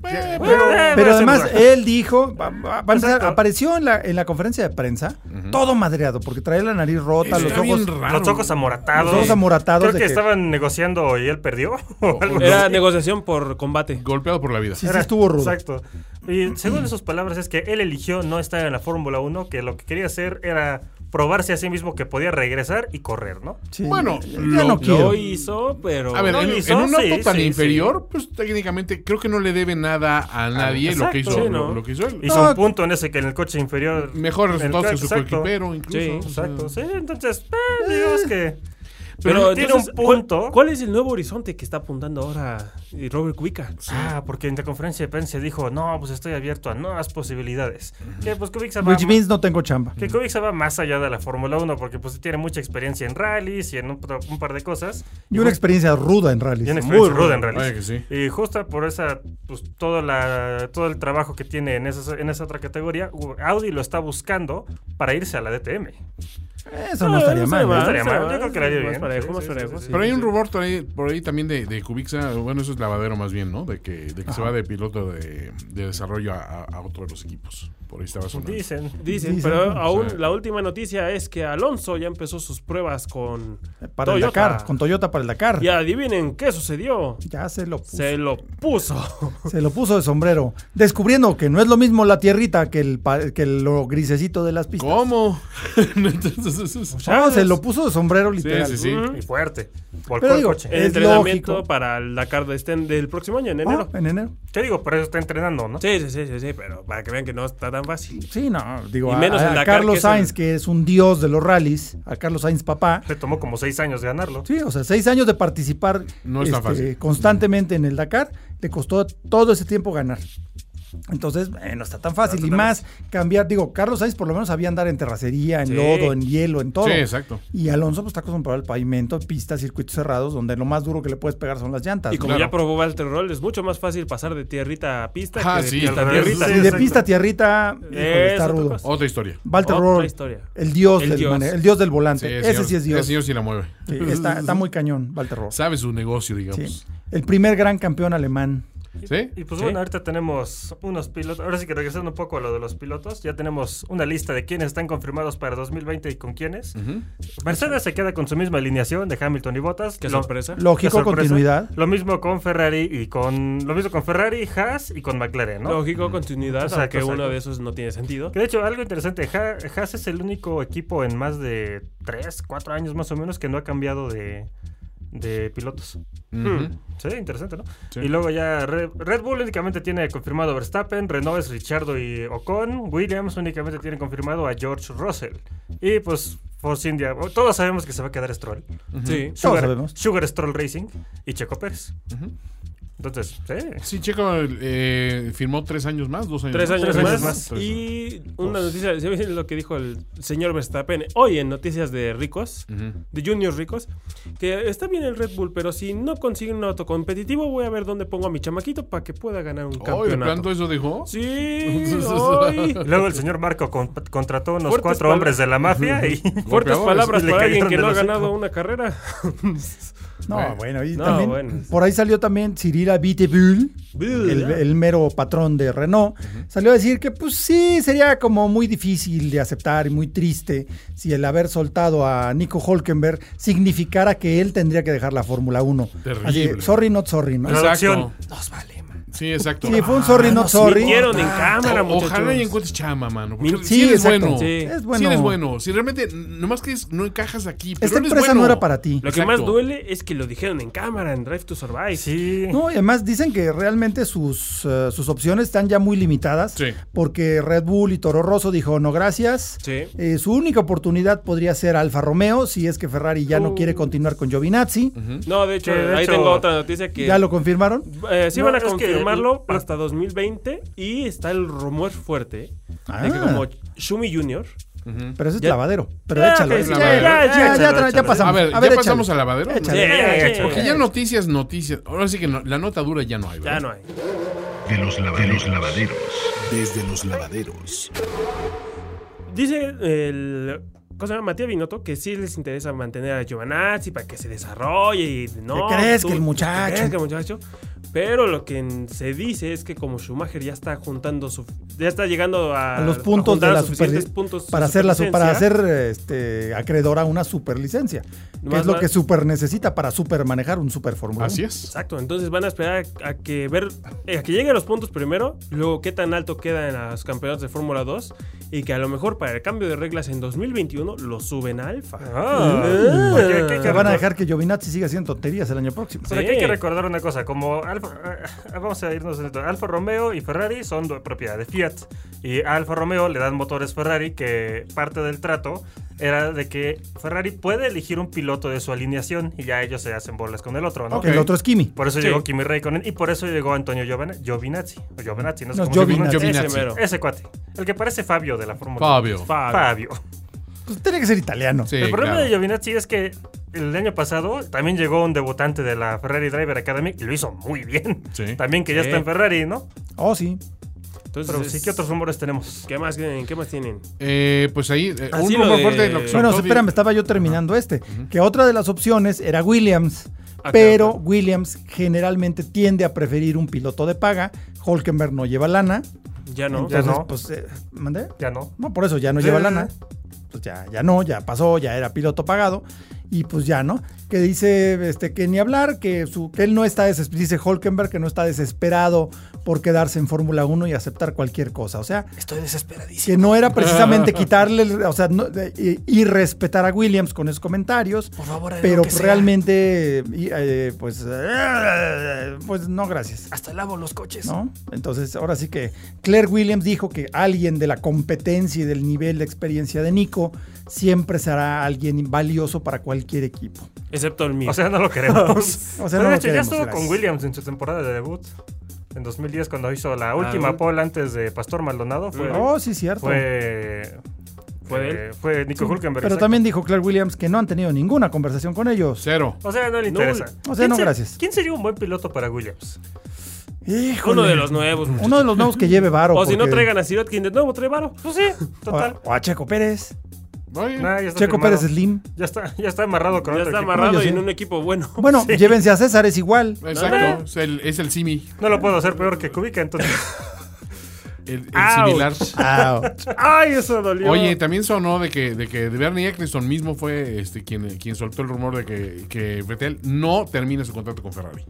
Pero, Eh, voy Pero a hacer además, una- él dijo, va- va- va a empezar, Exacto. apareció en la, en la conferencia de prensa, todo madreado, porque traía la nariz rota, los está bien ojos... raro. Los ojos amoratados. Los ojos amoratados Creo de que, que- estaban negociando y él perdió. *laughs* o algo Era así. negociación por combate. Golpeado por la vida. Sí, sí estuvo rudo. Exacto. Y según sus palabras es que él eligió no estar en la Fórmula 1, que lo que quería hacer era probarse a sí mismo que podía regresar y correr, ¿no? Sí, Bueno, ya lo- no quiero. Lo hizo, pero. A ver, No en, lo hizo, en un auto sí, tan sí, inferior, pues técnicamente creo que no le debe nada a nadie lo, que hizo, exacto, sí, lo, ¿no? lo que hizo él. Hizo No. un punto en ese que en el coche inferior. Mejores en el resultados ca- que su exacto. coequipero, incluso. Sí, o sea. Exacto, sí, entonces, eh, digamos que. pero Pero tiene un entonces, ¿cuál- punto. ¿cuál, es el nuevo horizonte que está apuntando ahora eh, Robert Kubica? Ah, porque en la conferencia de prensa dijo, no, pues estoy abierto a nuevas posibilidades. Que pues Kubica va Which means no tengo chamba. Que Kubica va más allá de la Fórmula 1 porque pues tiene mucha experiencia en rallies y en un, pa- un par de cosas. Y una ju- experiencia ruda en rally. y una experiencia ruda, ruda en vaya que rallies. sí. Y justo por esa pues todo la todo el trabajo que tiene en esa en esa otra categoría, u- Audi lo está buscando para irse a la DTM. Eso Ah, no estaría mal. mal. ¿eh? estaría mal, no yo creo que le haría más bien. parejo, Sí, más sí, parejo, sí, sí, sí. Pero hay un rumor por ahí, por ahí también de, de Kubica, bueno, eso es lavadero más bien, ¿no? De que, de que se va de piloto de, de desarrollo a, a- a otro de los equipos. Por ahí estaba sonando. Dicen. Dicen, Dicen. pero aún Sí. la última noticia es que Alonso ya empezó sus pruebas con Eh, Para el Toyota. Dakar, con Toyota para el Dakar. Y adivinen qué sucedió. Ya se lo puso. Se lo puso. Se lo puso de sombrero, descubriendo que no es lo mismo la tierrita que, el pa- que lo grisecito de las pistas. *laughs* ¿Cómo? Entonces, eso es- No, se lo puso de sombrero Sí, literal. sí, sí. Y fuerte. Volcó Pero el digo, coche. El Es entrenamiento lógico. para el Dakar de este, del próximo año, en Ah, enero. en enero. ¿Qué digo? Por eso está entrenando, ¿no? Sí, sí, sí, sí, sí, pero para que vean que no está tan fácil. Sí, no, digo, Y a- menos a, en Dakar, Carlos que es Sainz, el- que es un dios de los rallies, a Carlos Sainz papá. Le tomó como seis años ganarlo. Sí, o sea, seis años de participar este, No es tan fácil. constantemente en el Dakar, le costó todo ese tiempo ganar. Entonces, eh, no está tan fácil. Y más cambiar, digo, Carlos Sainz por lo menos sabía andar en terracería, en Sí. lodo, en hielo, en todo. Sí, exacto. Y Alonso pues, está acostumbrado al pavimento, pistas, circuitos cerrados, donde lo más duro que le puedes pegar son las llantas. Y como Claro. ya probó Walter Roll, es mucho más fácil pasar de tierrita a pista Ah, que de sí, pista al a revés. tierrita. Sí, Sí, de exacto. pista tierrita, híjole, Es está otra rudo. cosa. Otra historia. Walter Otra Roll, Eh, historia. el dios, El del dios. mane- el dios del volante. Sí, ese señor. sí es dios. Ese señor sí la mueve. Sí, está, está muy cañón, Walter Roll. Sabe su negocio, digamos. Sí. El primer gran campeón alemán. ¿Sí? Y pues Sí. bueno, ahorita tenemos unos pilotos. Ahora sí que regresando un poco a lo de los pilotos, ya tenemos una lista de quiénes están confirmados para 2020 y con quiénes. Mm. Mercedes se queda con su misma alineación de Hamilton y Bottas. Qué Lo- sorpresa. qué Lógico, sorpresa. continuidad. Lo mismo con Ferrari y con. Lo mismo con Ferrari, Haas y con McLaren, ¿no? Lógico, continuidad, Exacto, aunque exacto. uno de esos no tiene sentido. Que de hecho, algo interesante, Ha- Haas es el único equipo en más de 3, 4 años más o menos que no ha cambiado de, de pilotos. Hmm. Ujú. Sí, interesante, ¿no? Sí. Y luego ya Red, Red Bull únicamente tiene confirmado a Verstappen, Renault es Richardo y Ocon, Williams únicamente tiene confirmado a George Russell. Y pues Force India, o- todos sabemos que se va a quedar Stroll. Sí. sabemos. Sugar Stroll Racing y Checo Pérez. Entonces, *laughs* sí. Sí, Checo eh, firmó tres años más, dos años Tres más. años, años más, más. Tres años. Y una noticia, ¿se ven lo que dijo el señor Verstappen hoy en Noticias de Ricos, Ujú. de Juniors Ricos? Que está bien el Red Bull, pero si no consiguen un auto competitivo, voy a ver dónde pongo a mi chamaquito para que pueda ganar un Oye, ¿de campeonato. plano eso dejó? Sí, hoy. Y Luego el señor Marco con- contrató unos Fuertes cuatro pala- hombres de la mafia *laughs* y... Fuertes Golpeadores. palabras Y le para alguien cayeron que del no ha hocico. ganado una carrera. *laughs* No, Bueno. bueno, y No, también bueno. por ahí salió también Cirila Vitebull, el, el mero patrón de Renault, salió a decir que pues sí, sería como muy difícil de aceptar y muy triste si el haber soltado a Nico Holkenberg significara que él tendría que dejar la Fórmula 1. Terrible. Así que, sorry, not sorry, ¿no? Exacto. Traducción. Nos vale, Sí, exacto. Sí, fue un Ah, sorry, not sorry. Mintieron en cámara, O- Ojalá y muchachos. encuentres chama, mano. Porque Sí, si eres exacto. bueno. Sí. Es Si bueno. eres bueno. Si realmente, nomás que es- no encajas aquí. Pero Esta eres Este empresa bueno. no era para ti. Lo que Exacto. más duele es que lo dijeron en cámara, en Drive to Survive. Sí. No, y además dicen que realmente sus, eh, sus opciones están ya muy limitadas. Sí. Porque Red Bull y Toro Rosso dijo no gracias. Sí. Eh, su única oportunidad podría ser Alfa Romeo si es que Ferrari ya no quiere continuar con Giovinazzi. No, de hecho, Que, de ahí hecho, tengo otra noticia que... ¿Ya lo confirmaron? Eh, sí No, van a es que- confirmarlo hasta 2020 y está el rumor fuerte de que Ah. como Shumi Junior Pero ese es Ya- lavadero. Pero Ya, échalo. que sí, ya, ya, ya, échalo, tra- ya échalo. pasamos. A ver, ¿ya pasamos al lavadero? Échale. Sí, Eh, sí, eh, Porque ya noticias, noticias. Ahora sí que no- la nota dura ya no hay. ¿verdad? ya no hay. De los lavaderos. Desde los lavaderos. Dice el ¿cómo se llama? Matías Binotto que sí les interesa mantener a Giovanazzi para que se desarrolle y no Que crezca el que muchacho. crezca el muchacho, Pero lo que en- se dice es que como Schumacher ya está juntando su, ya está llegando a, A los puntos juntar de la suficientes superli- puntos para hacer la su- para superlicencia, hacer este acreedor a una superlicencia, que Más es lo va- que super necesita para super manejar un super Fórmula Así 1. es. Exacto, entonces van a esperar a, a que ver eh, a que lleguen los puntos primero, luego qué tan alto quedan en los campeonatos de Fórmula 2 y que a lo mejor para el cambio de reglas en 2021 lo suben a alfa. Ah. Ah. Oye, ¿qué- Que qué- van a dejar que Giovinazzi siga haciendo tonterías el año próximo. Pero aquí hay Sí. que recordar una cosa, como Alfa- eh, vamos a irnos en esto. Alfa Romeo y Ferrari son do- propiedad de Fiat y a Alfa Romeo le dan motores Ferrari que parte del trato era de que Ferrari puede elegir un piloto de su alineación y ya ellos se hacen bolas con el otro, ¿no? Ok. El otro es Kimi. Por eso Sí. llegó Kimi Raikkonen y por eso llegó Antonio Giovan- Giovinazzi, o Giovinazzi, no sé No, cómo se pronuncia. Giovinazzi. Ese Giovinazzi. mero. Ese cuate, el que parece Fabio de la Fórmula Fabio. Fabio. Fabio. Pues tiene que ser italiano. Sí, el problema claro. de Giovinazzi es que el año pasado también llegó un debutante de la Ferrari Driver Academy y lo hizo muy bien. Sí. También que ya Sí. está en Ferrari, ¿no? Oh, sí. Entonces, Pero sí, ¿qué otros rumores tenemos? ¿Qué más tienen? ¿Qué más tienen? Eh, pues ahí, eh, Así un lo rumor de- fuerte de lo que Bueno, soltó espérame, Di- estaba yo terminando este. Que otra de las opciones era Williams. Ah, Pero claro. Williams generalmente tiende a preferir un piloto de paga. Holkenberg no lleva lana. Ya no. entonces, no. pues, eh, ¿mandé? Ya no. No, por eso ya no Sí, lleva sí, lana. Pues ya, ya no, ya pasó, ya era piloto pagado. Y pues ya, ¿no? Que dice este, que ni hablar, que, su, que él no está desesperado, dice Holkenberg que no está desesperado por quedarse en Fórmula 1 y aceptar cualquier cosa. O sea, Estoy desesperadísimo. que no era precisamente quitarle, el- o sea, no- de- y, y respetar a Williams con esos comentarios, Por favor, haz pero lo que sea. realmente, y, eh, pues, eh, pues no, gracias. Hasta lavo los coches. ¿No? Entonces, ahora sí que Claire Williams dijo que alguien de la competencia y del nivel de experiencia de Nico siempre será alguien valioso para cualquier equipo. Excepto el mío. O sea, no lo queremos. *laughs* O sea, no Pero de lo hecho, queremos, ya estuvo gracias. con Williams en su temporada de debut. En 2010, cuando hizo la última bueno. pole antes de Pastor Maldonado, fue. Oh, sí, cierto. Fue. Fue eh, fue Nico Hulkenberg. pero exacto. también dijo Claire Williams que no han tenido ninguna conversación con ellos. Cero. O sea, no le No, interesa. o sea, ¿Quién no, se- gracias. ¿Quién sería un buen piloto para Williams? Híjole. uno de los nuevos. muchachos. Uno de los nuevos que lleve varo. O si no porque- traigan a Sirotkin de nuevo, trae varo. Pues sí, total. O, o a Checo Pérez. Oye, Nah, ya está Ah, Checo firmado. Pérez Slim. Ya está, ya está amarrado con Ya otro está equipo. amarrado Yo y sí. en un equipo bueno. *laughs* Bueno, llévense a César, es igual. Exacto. Es el, es el simi. No lo puedo hacer peor que Kubica, entonces. El, el Ouch. similar. Ah, ¡Ay, eso dolió! Oye, también sonó de que, de que Bernie Eccleston mismo fue este, quien, quien soltó el rumor de que, que Vettel no termina su contrato con Ferrari.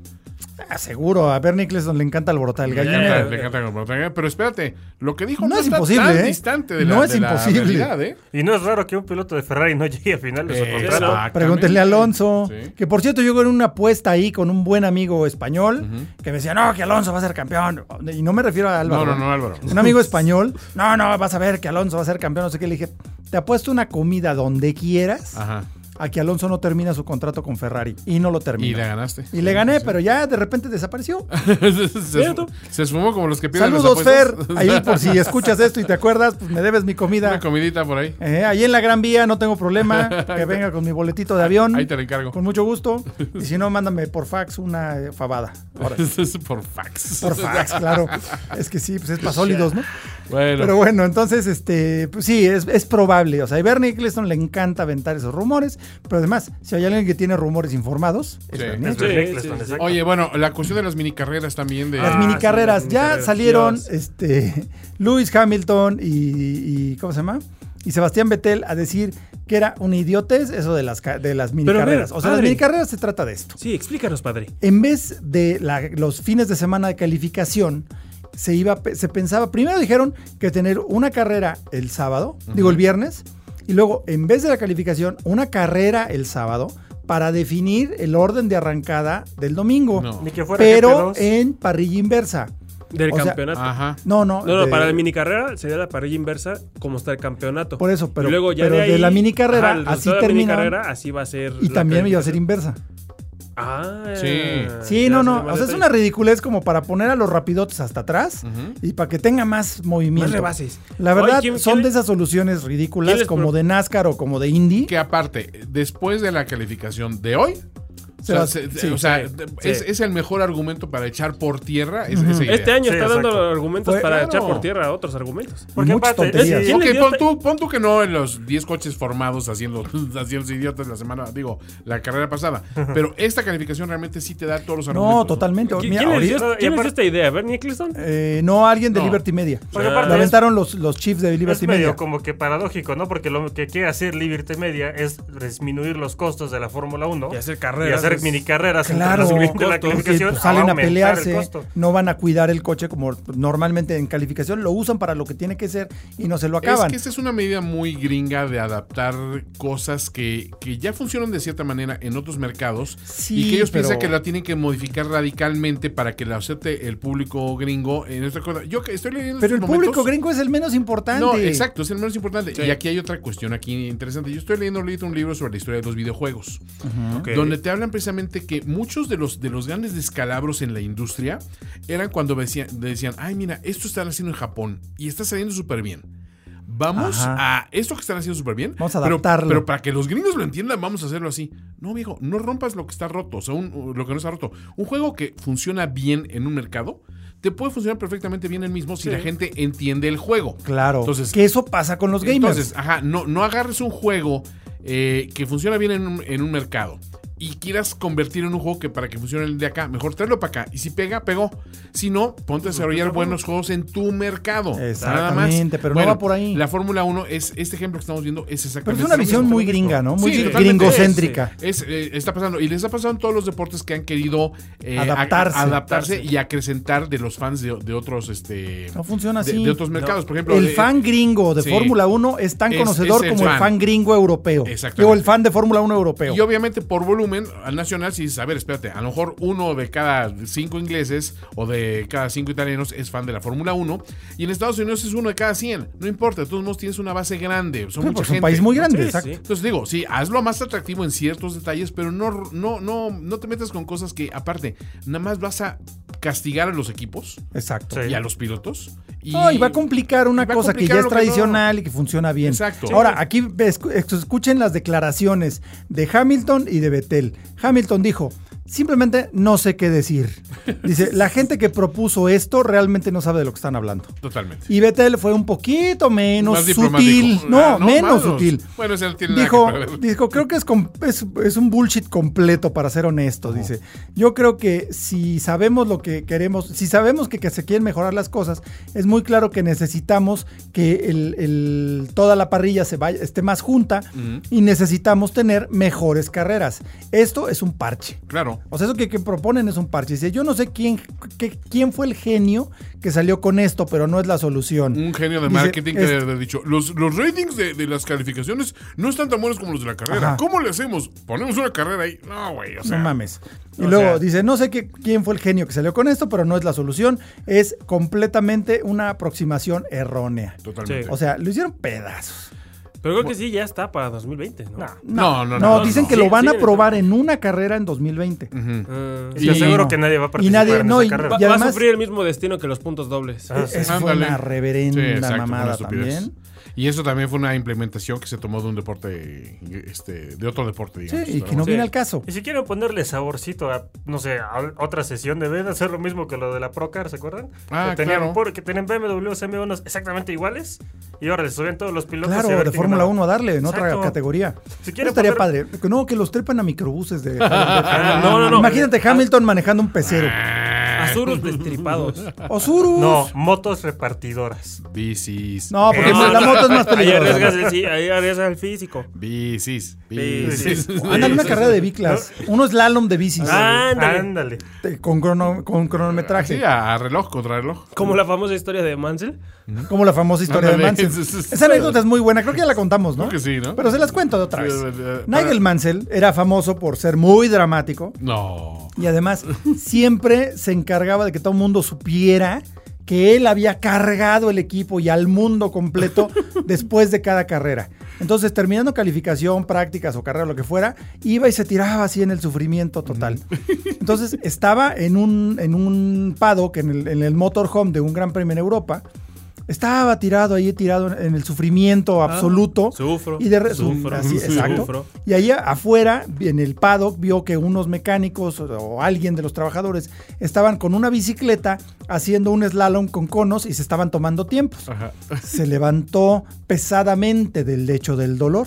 Ah, seguro, a Bernie Eccleston le encanta alborotar el Le encanta- gallo. le encanta con Ferrari. Pero espérate, lo que dijo No no, es está imposible, tan ¿eh? distante de la, No es de la imposible. realidad, ¿eh? Y no es raro que un piloto de Ferrari no llegue a final de su contrato. Exactamente. Pregúntenle a Alonso. Sí. Que por cierto, yo con una apuesta ahí con un buen amigo español que me decía, no, que Alonso va a ser campeón. Y no me refiero a Álvaro. No, no, no, Álvaro. Un *laughs* amigo español, no, no, vas a ver que Alonso va a ser campeón. No sé qué. Le dije, te apuesto una comida donde quieras Ajá. a que Alonso no termina su contrato con Ferrari. Y no lo termina. Y le ganaste. Y le gané, pero ya de repente desapareció. *laughs* se, se esfumó como los que piden las Saludos, Fer. apuestas. *laughs* Ahí por si escuchas esto y te acuerdas, pues me debes mi comida. Una comidita por ahí. Eh, ahí en la Gran Vía, no tengo *laughs* problema. Que venga con mi boletito de avión. Ahí te la encargo. *laughs* Con mucho gusto. Y si no, mándame por fax una eh, fabada. Órale. Es por fax. Por fax, claro. Es que sí, pues es para sólidos, ¿no? Bueno, Pero bueno, entonces, este, pues sí, es, es probable. O sea, a Bernie Eccleston le encanta aventar esos rumores. Pero además, si hay alguien que tiene rumores informados, es Sí. Bernie. Es Bernie Sí, Eccleston, sí, sí. exacto. oye, bueno, la cuestión de las minicarreras también de... Las Ah, minicarreras. sí, las ya minicarreras. salieron Dios. este Lewis Hamilton y, y- ¿Cómo se llama? Y Sebastián Vettel a decir que era un idiotez eso de las, ca- de las minicarreras. o sea, las padre. minicarreras se trata de esto. Sí, explícanos, padre. En vez de la- los fines de semana de calificación, se, iba, a pe- se pensaba, primero dijeron que tener una carrera el sábado, digo el viernes, y luego en vez de la calificación, una carrera el sábado para definir el orden de arrancada del domingo. No. Ni que fuera Pero GP2. en parrilla inversa. Del O sea, campeonato. Ajá. No, no. No, no, de- para la minicarrera sería la parrilla inversa como está el campeonato. Por eso, pero- Y luego ya pero de, de ahí- la minicarrera, el así resultado de la termina. minicarrera, así va a ser. Y la también iba a ser calificación. inversa. Ah. Sí. Sí, no, ya se no. le va O sea, es detalle. una ridiculez como para poner a los rapidotes hasta atrás y para que tenga más movimiento. Más rebases. La Oye, verdad, ¿quién- son quién de le- esas soluciones ridículas quién les como pro- de NASCAR o como de Indy. Que aparte, después de la calificación de hoy, O sea, Sebas- se- sí, o sea, sí, es, sí. es el mejor argumento para echar por tierra es- esa idea. Este año Sí, está dando exacto. argumentos Fue- para claro. echar por tierra otros argumentos. Porque Muchas aparte, tonterías. sí, ¿Quién Ok, le dio pon esta- tú, pon tú que no en los 10 coches formados haciendo, *laughs* haciendo idiotas la semana, digo, la carrera pasada. Pero esta calificación realmente sí te da todos los argumentos. No, totalmente. ¿Qui- Mira, ¿Quién, le dio- ahorita- no, y quién les dio aparte- esta idea? ¿Bernie Eccleston? eh, no alguien de No. Liberty Media. Porque Ah. Lo aparte es- aventaron los, los Chiefs de Liberty Es medio Media. como que paradójico, ¿no? Porque lo que quiere hacer Liberty Media es disminuir los costos de la Fórmula 1 Y hacer carreras, Y hacer es- mini carreras. Claro, *laughs* de costos, la Porque calificación pues, salen va a aumentar el pelearse, costo. no van a cuidar el coche como normalmente en calificación, lo usan para lo que tiene que ser y no se lo acaban. Es que esta es una medida muy gringa de adaptar cosas que, que ya funcionan de cierta manera en otros mercados Sí, y que ellos piensan pero- que la tienen que modificar radicalmente para que la acepte el público gringo en esta cosa. Yo que estoy leyendo Pero el estos público momentos- gringo es el menos importante. No, exacto, es el menos importante. Y aquí hay otra cuestión aquí interesante. Yo estoy leyendo ahorita un libro sobre la historia de los videojuegos, Ah, Ok. donde te hablan precisamente que muchos de los, de los grandes descalabros en la industria eran cuando decían, decían, ay, mira, esto están haciendo en Japón y está saliendo súper bien. Vamos Ajá. a esto que están haciendo súper bien. Vamos a pero- adaptarlo. Pero, para que los gringos lo entiendan, vamos a hacerlo así. No, viejo, no rompas lo que está roto, o sea, un- uh, lo que no está roto. Un juego que funciona bien en un mercado, te puede funcionar perfectamente bien el mismo si la gente entiende el juego. Claro. Entonces, que eso pasa con los gamers. entonces, ajá, no, no agarres un juego eh, que funciona bien en un, en un mercado y quieras convertir en un juego que para que funcione el de acá, mejor tráelo para acá. Y si pega, pegó. Si no, ponte a desarrollar buenos juegos en tu mercado. Nada más. Exactamente, pero no va por ahí. La Fórmula 1 es este ejemplo que estamos viendo, es Pero exactamente. es una lo visión mismo. muy gringa, ¿no? Muy Sí, gr- totalmente es, gringocéntrica. es, eh, está pasando. Y les ha pasado en todos los deportes que han querido eh, Adaptarse. a- adaptarse y acrecentar de los fans de, de otros este No funciona de- así. De, otros mercados. Por ejemplo, El eh, fan gringo de sí. Fórmula 1 es tan Es- conocedor es el como el fan. fan gringo europeo. Exactamente. O el fan de Fórmula 1 europeo. Y obviamente por volumen, al nacional sí dices, a ver, espérate, a lo mejor uno de cada cinco ingleses o de cada cinco italianos es fan de la Fórmula 1 y en Estados Unidos es uno de cada 100, no importa, de todos modos tienes una base grande, son Sí, mucha porque pues, es un gente. país muy grande, Sí, exacto. sí. Entonces digo, sí, hazlo más atractivo en ciertos detalles, pero no, no, no, no te metas con cosas que aparte, nada más vas a castigar a los equipos Exacto. Sí. y a los pilotos. Y, No, y va a complicar una y va a cosa que complicar ya es lo que no- tradicional y que funciona bien. Exacto. Ahora, aquí ve- escu- escuchen las declaraciones de Hamilton y de Vettel. Hamilton dijo, simplemente no sé qué decir. Dice, la gente que propuso esto realmente no sabe de lo que están hablando. Totalmente. Y Vettel fue un poquito menos Más sutil. diplomático. No, Ah, no, menos malos. sutil. Bueno, ese no tiene nada Dijo, que perder. dijo, creo que es, com- es, es un bullshit completo, para ser honesto, dice. Yo creo que si sabemos lo que queremos, si sabemos que, que se quieren mejorar las cosas, es muy claro que necesitamos que el, el- toda la parrilla se vaya, esté más junta y necesitamos tener mejores carreras. Esto es un parche. Claro. O sea, eso que, que proponen es un parche. Dice, yo no sé quién, qué- quién fue el genio que salió con esto, pero no es la solución. Un genio de Dice, marketing que "Es- le ha dicho, los, los ratings de, de las calificaciones no están tan buenos como los de la carrera. Ajá. ¿Cómo le hacemos? Ponemos una carrera ahí. No, güey, o pues, sea. no mames. Y o luego sea- dice, no sé qué, quién fue el genio que salió con esto, pero no es la solución. Es completamente una aproximación errónea. Totalmente. Sí. O sea, lo hicieron pedazos. Pero creo que sí, ya está para 2020, ¿no? Nah. no, No, no, no. dicen no. que lo Sí, van sí, a probar en una carrera en 2020. Ujú. Ah, Y te Sí, aseguro no. que nadie va a Y participar nadie- en no, esa y- carrera. Va, y va a además- sufrir el mismo destino que los puntos dobles. Ah, Eso fue Ándale. una Sí, reverenda exacto, fue una mamada estupidez. también. Y eso también fue una implementación que se tomó de un deporte, este, de otro deporte, Sí, digamos. y que no Sí. viene al caso. Y si quieren ponerle saborcito a, no sé, a otra sesión, deben hacer lo mismo que lo de la Procar, ¿se acuerdan? Ah, que tenían, claro. por- que tenían BMWs, M1 exactamente iguales. Y ahora les suben todos los pilotos. y a Claro, ver de quién Fórmula gana. 1 a darle en otra Exacto. categoría. Si Eso quieren estaría poner- padre. No, que los trepan a microbuses de. Ah, de- no, no, no. Imagínate Hamilton manejando un pecero. Azurus *laughs* destripados. Osurus. No, motos repartidoras. Bicis. No, porque Eh, la moto es más Ah. Ahí peligrosa. arriesgas el, sí, ahí arriesgas el físico. Bicis. Bicis. Bicis. Andan Ah, una carrera de biclas. Uno es slalom de bicis. Ándale. Ándale. Te- Con, crono- con cronometraje. Ah. Sí, ah. a, a reloj contra reloj. Como la famosa historia de Mansell. Como la famosa historia Ándale. de Mansell. Esa anécdota es muy buena. Creo que ya la contamos, ¿no? Creo que sí, ¿no? Pero se las cuento de otra Sí, vez. eh, eh, para- Nigel Mansell era famoso por ser muy dramático *laughs* No. y además siempre se encargaba de que todo el mundo supiera que él había cargado el equipo y al mundo completo después de cada carrera. Entonces, terminando calificación, prácticas o carrera, lo que fuera, iba y se tiraba así en el sufrimiento total. Entonces, estaba en un, en un paddock, en el, en el motorhome de un gran premio en Europa, Estaba tirado ahí, tirado en el sufrimiento absoluto. Sufro. Y de re- *laughs* sufro, así, exacto. sufro. Y ahí afuera, en el paddock, vio que unos mecánicos o alguien de los trabajadores estaban con una bicicleta haciendo un slalom con conos y se estaban tomando tiempos. Se levantó pesadamente del lecho del *laughs* dolor.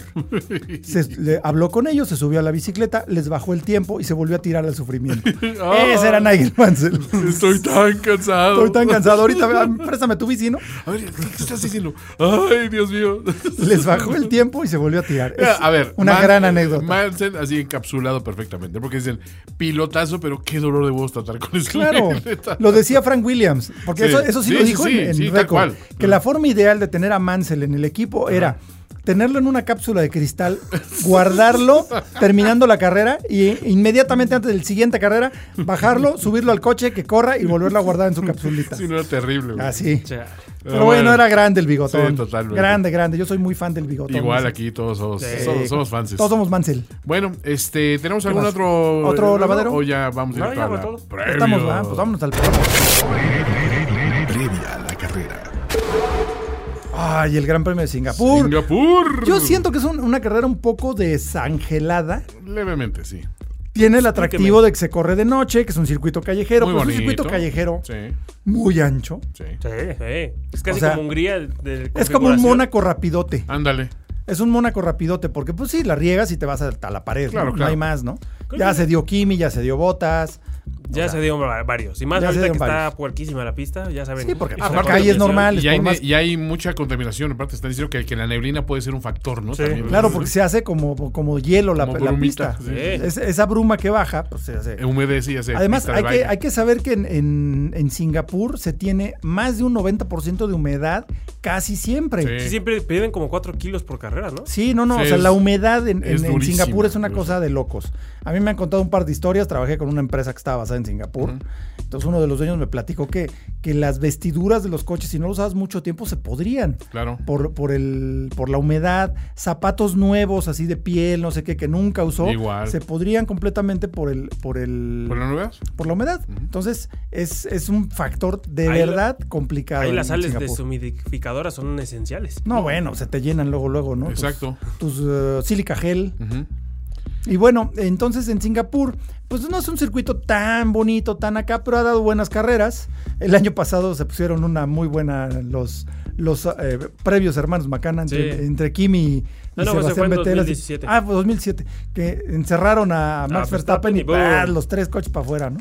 Se, le habló con ellos, se subió a la bicicleta, les bajó el tiempo y se volvió a tirar al *laughs* sufrimiento. Oh. Ese era Nigel Mansell. Estoy tan cansado. Estoy tan cansado. Ahorita, *laughs* ve, préstame tu bici, ¿no? A ver, ¿qué estás diciendo? Ay, Dios mío. Les bajó el tiempo y se volvió a tirar. Es a ver, una Man- gran anécdota. Mansell así encapsulado perfectamente, porque dicen pilotazo, pero qué dolor de huevos tratar con eso. Claro, *laughs* lo decía Frank Williams, porque Sí, eso, eso sí, sí, lo sí, dijo sí, en, en sí, tal récord, cual. que la forma ideal de tener a Mansell en el equipo era tenerlo en una cápsula de cristal, *laughs* guardarlo, terminando la carrera y inmediatamente antes del siguiente carrera bajarlo, subirlo al coche que corra y volverlo a guardar en su capsulita. Sí, no era terrible. güey. Así. Chale. Pero bueno, era grande el bigotón. Sí, totalmente. Grande, grande. Yo soy muy fan del bigotón. Igual Sí. aquí todos somos, Sí. somos, somos fans. Todos somos Mansell. Bueno, este, ¿tenemos algún más? otro ¿Otro lavadero? O ya vamos No, directo ya a va la todo. previa. Estamos, ah, pues vámonos al programa. Previa a la carrera. Ay, el Gran Premio de Singapur. Singapur. Yo siento que es un- una carrera un poco desangelada. Levemente, sí. Tiene el atractivo de que se corre de noche, que es un circuito callejero. Muy pues bonito. un circuito callejero Sí, muy ancho. sí. Sí. Eh, es casi O sea, como Hungría. de Es como un configuración. Mónaco rapidote. Ándale. Es un Mónaco rapidote, porque pues sí, la riegas y te vas hasta la pared. Claro, ¿no? No claro. hay más, ¿no? Creo Ya que- se dio Kimi, ya se dio Botas. Ya se dieron va- varios. Y más Ya se ahorita que dieron varios. está puerquísima la pista, ya saben. Sí, porque Hizo aparte la calles contaminación. normales. Y hay, por ne- más- y hay mucha contaminación. Aparte, están diciendo que, que la neblina puede ser un factor, ¿no? Sí. Claro, porque se hace como, como hielo la, Como la pista. brumita, sí. Es- esa bruma que baja, pues se hace. Humedece y hace. Además, pista de hay que, baile. hay que saber que en, en- en Singapur se tiene más de un 90% de humedad casi siempre. Sí. Sí, siempre piden como 4 kilos por carrera, ¿no? Sí, no, no. Sí, o sea, es- la humedad en, en- es en durísima, Singapur es una durísima. cosa de locos. A mí me han contado un par de historias. Trabajé con una empresa que estaba basada en Singapur. Entonces, uno de los dueños me platicó que, que las vestiduras de los coches, si no los usabas mucho tiempo, se podrían. Claro. Por, por, el, por la humedad, zapatos nuevos, así de piel, no sé qué, que nunca usó, Igual. se podrían completamente por el, por el, ¿Por las nubes? por la humedad. Entonces, es, es un factor de Ahí la- verdad complicado. Ahí en las sales Singapur. deshumidificadoras son esenciales. No, bueno, se te llenan luego, luego, ¿no? pues. Tus- Exacto. Tus, eh, sílica gel. Ujú. Y bueno, entonces en Singapur, pues no es un circuito tan bonito, tan acá, pero ha dado buenas carreras. El año pasado se pusieron una muy buena los, los eh, previos hermanos Macana entre, Sí. entre Kimi y, No, no, ese Sebastián fue en Vettel. 2017. Ah, pues 2007. Que encerraron a Max Verstappen, Ah, pues Verstappen y y ¡pah! boom. los tres coches para afuera, ¿no?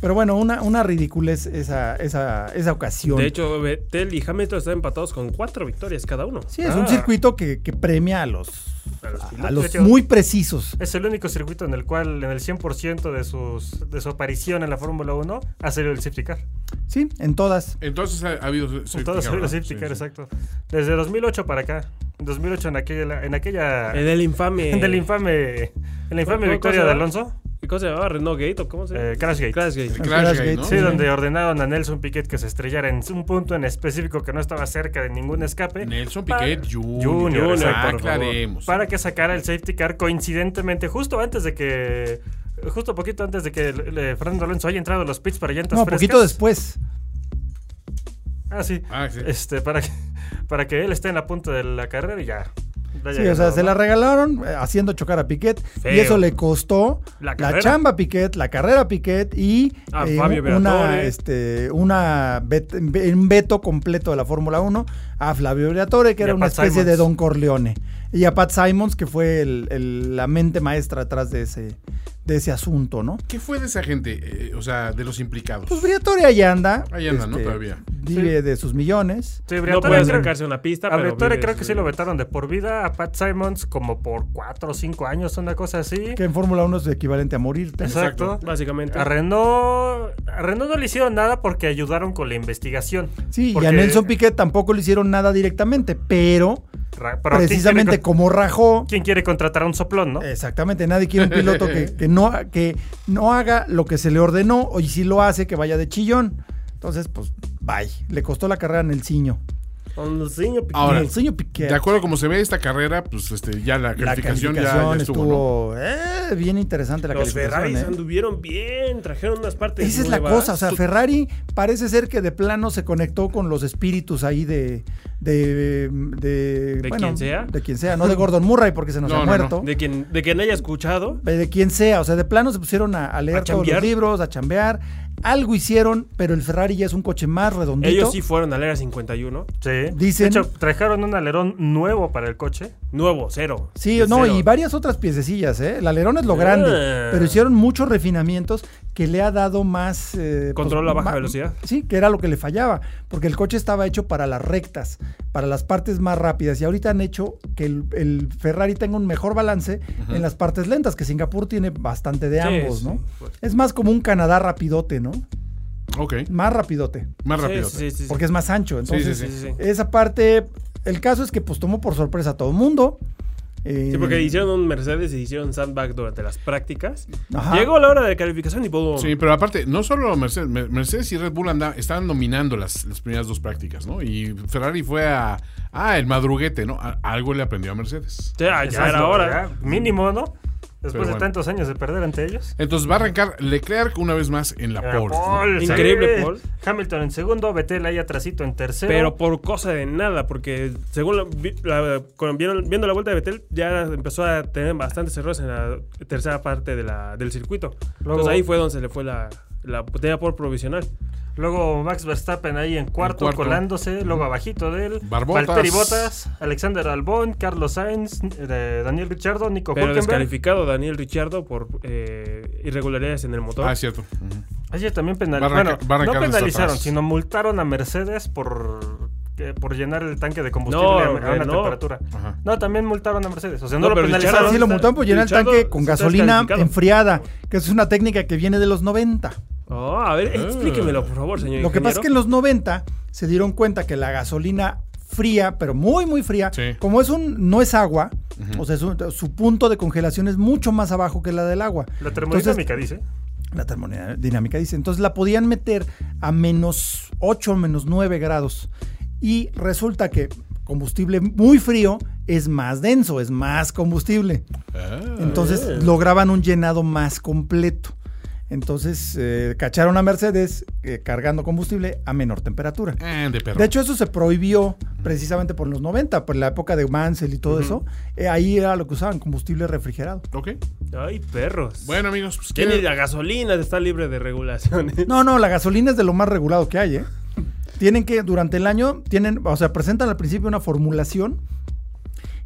Pero bueno, una, una ridiculez esa, esa, esa ocasión. De hecho, Vettel y Hamilton están empatados con 4 victorias cada uno. Ah. sí, es un circuito que, que premia a los, A los a pilotos. De los hecho, muy precisos. Es el único circuito en el cual en el 100% de, sus, de su aparición en la Fórmula 1 ha salido el safety car. Sí, en todas. Entonces ha, ha habido. Con safety todo car, salió el ¿verdad? safety Sí, car, sí. exacto. Desde 2008 para acá. 2008 en aquella... En aquella En el Eh, infame. *laughs* del infame... En la infame ¿Cómo- victoria de cómo se llama? Alonso. ¿Cómo se llamaba? ¿Renault Gate o cómo se llama? Eh, Crashgate. Crashgate. El El Crash Crash Gate, Gate, ¿no? Sí, Ujú. donde ordenaron a Nelson Piquet que se estrellara en un punto en específico que no estaba cerca de ningún escape. Nelson Piquet Para- Jr. Junior, exacto, por favor. aclaremos. Para que sacara el safety car coincidentemente justo antes de que... Justo poquito antes de que le- le- Fernando Alonso haya entrado a los pits para llantas No, frescas. poquito después. Ah, sí. Ah, sí. Este, para que, para que él esté en la punta de la carrera y ya. Ya Sí, llegó, o sea, se ¿no? la regalaron eh, haciendo chocar a Piquet y Feo. eso le costó La la, carrera. chamba a Piquet, la carrera a Piquet y A eh, Fabio una, Briatore. este, una vet- un veto completo de la Fórmula 1 a Flavio Briatore, que Y era a una Pat especie de Simons. Don Corleone, y a Pat Simons, que fue el- el- la mente maestra atrás de ese, de ese asunto, ¿no? ¿Qué fue de esa gente? Eh, o sea, de los implicados. Pues Briatore ahí anda. este, Ahí anda, ¿no? Todavía. Vive de sus millones. Sí, No Briatore puede creo- acercarse a una pista. A pero Briatore vive creo que sus- sí lo vetaron de por vida. A Pat Simons como por 4 o 5 años, una cosa así. Que en Fórmula 1 es equivalente a morirte. Exacto. Básicamente. A Renault, a Renault no le hicieron nada porque ayudaron con la investigación. Sí, y Porque a Nelson Piquet tampoco le hicieron nada directamente, pero ra- pero ¿quién precisamente quiere con- como rajó. ¿Quién quiere contratar a un soplón, Eh, no? Exactamente, nadie quiere un piloto que, que no, ha- que no haga lo que se le ordenó o y si lo hace que vaya de chillón. Entonces, pues, bye. Le costó la carrera en el ciño. Onceño Piquet. Ahora, el señor Piquet. De acuerdo a como se ve esta carrera, pues este, ya la La calificación, calificación, ya- ya, estuvo. estuvo ¿no? eh, bien interesante la Los calificación. Ferraris eh. anduvieron bien, trajeron unas partes Esa es la nuevas. cosa, o sea, Ferrari parece ser que de plano se conectó con los espíritus ahí de... De, de, ¿De quien sea? De quien sea, no de Gordon Murray porque *laughs* se nos No, ha no, no. muerto. De quien, de quien haya escuchado, de, quien sea, o sea, de plano se pusieron a, a leer A todos los chambear. libros, a chambear. Algo hicieron, pero el Ferrari ya es un coche más redondito. ellos sí fueron al era 51. Sí. Dicen- De hecho, trajeron un alerón nuevo para el coche. Nuevo, cero. Sí, De no, cero. y varias otras piececillas, ¿eh? El alerón es lo grande, Ah. pero hicieron muchos refinamientos que le ha dado más... eh, Control a baja ma- velocidad. Sí, que era lo que le fallaba, porque el coche estaba hecho para las rectas, para las partes más rápidas, y ahorita han hecho que el, el Ferrari tenga un mejor balance en las partes lentas, que Singapur tiene bastante de Sí, ambos, sí, ¿no? pues. Es más como un Canadá rapidote, ¿no? Ok, Más rapidote, más Sí, rápido. sí, sí, sí, sí. porque es más ancho, Sí, entonces... sí, sí. Sí, sí, sí. Esa parte, el caso es que pues tomó por sorpresa a todo el mundo. eh, Sí, porque hicieron un Mercedes y hicieron sandbag durante las prácticas. Ajá. Llegó la hora de calificación y pudo. Sí, pero aparte, no solo Mercedes, Mer- Mercedes y Red Bull anda- estaban dominando las, las primeras dos prácticas, ¿no? Y Ferrari fue a. Ah, el madruguete, ¿no? A- algo le aprendió a Mercedes. Ah, Ya, ya Exacto, era hora. ya, mínimo, ¿no? Después Pero bueno. de tantos años de perder ante ellos. Entonces va a arrancar Leclerc una vez más en la Ah, pole. ¿no? Paul, sí. Increíble, Paul. Hamilton en segundo, Vettel ahí atrasito en tercero. Pero por cosa de nada, porque según la- vi- la- con- vieron- viendo la vuelta de Betel, ya empezó a tener bastantes errores en la tercera parte de la- del circuito. Luego- Entonces ahí fue donde se le fue la, la tenía por provisional. Luego Max Verstappen ahí en cuarto, cuarto. colándose, luego abajito de él. Barbotas. Valtteri Bottas, Alexander Albón, Carlos Sainz, eh, Daniel Ricciardo, Nico Pero Hülkenberg. descalificado Daniel Richardo por eh, irregularidades en el motor. Ah, cierto. Ujú. Ayer también penal... Va a arrancar- bueno, va a arrancar no desde penalizaron, atrás. sino multaron a Mercedes por, eh, por llenar el tanque de combustible No, a- a, hombre, una no. temperatura. Ajá. No, también multaron a Mercedes. O sea, no, No, lo pero penalizaron. Richardo Sí, lo multaron por llenar el Richardo tanque con está gasolina descalificado. enfriada, que es una técnica que viene de los 90. Oh, a ver, explíquemelo, por favor, señor. Lo que pasa es que en ingeniero. los 90 se dieron cuenta que la gasolina fría, pero muy muy fría, Sí. como es un no es agua, o sea, es un- su punto de congelación es mucho más abajo que la del agua. La Entonces, termodinámica dice. La termodinámica dice. Entonces la podían meter a menos 8, menos 9 grados. Y resulta que combustible muy frío es más denso, es más combustible. Entonces lograban un llenado más completo. Entonces eh, cacharon a Mercedes eh, cargando combustible a menor temperatura. Ah, de perro. De hecho, eso se prohibió precisamente por los 90, por la época de Mansell y todo eso. Eh, ahí era lo que usaban, combustible refrigerado. Ok. Ay, perros. Bueno, amigos, pues Ya ni ¿quieren- la gasolina está libre de *laughs* regulaciones. No, no, la gasolina es de lo más regulado que hay, ¿eh? Tienen que, durante el año, tienen, o sea, presentan al principio una formulación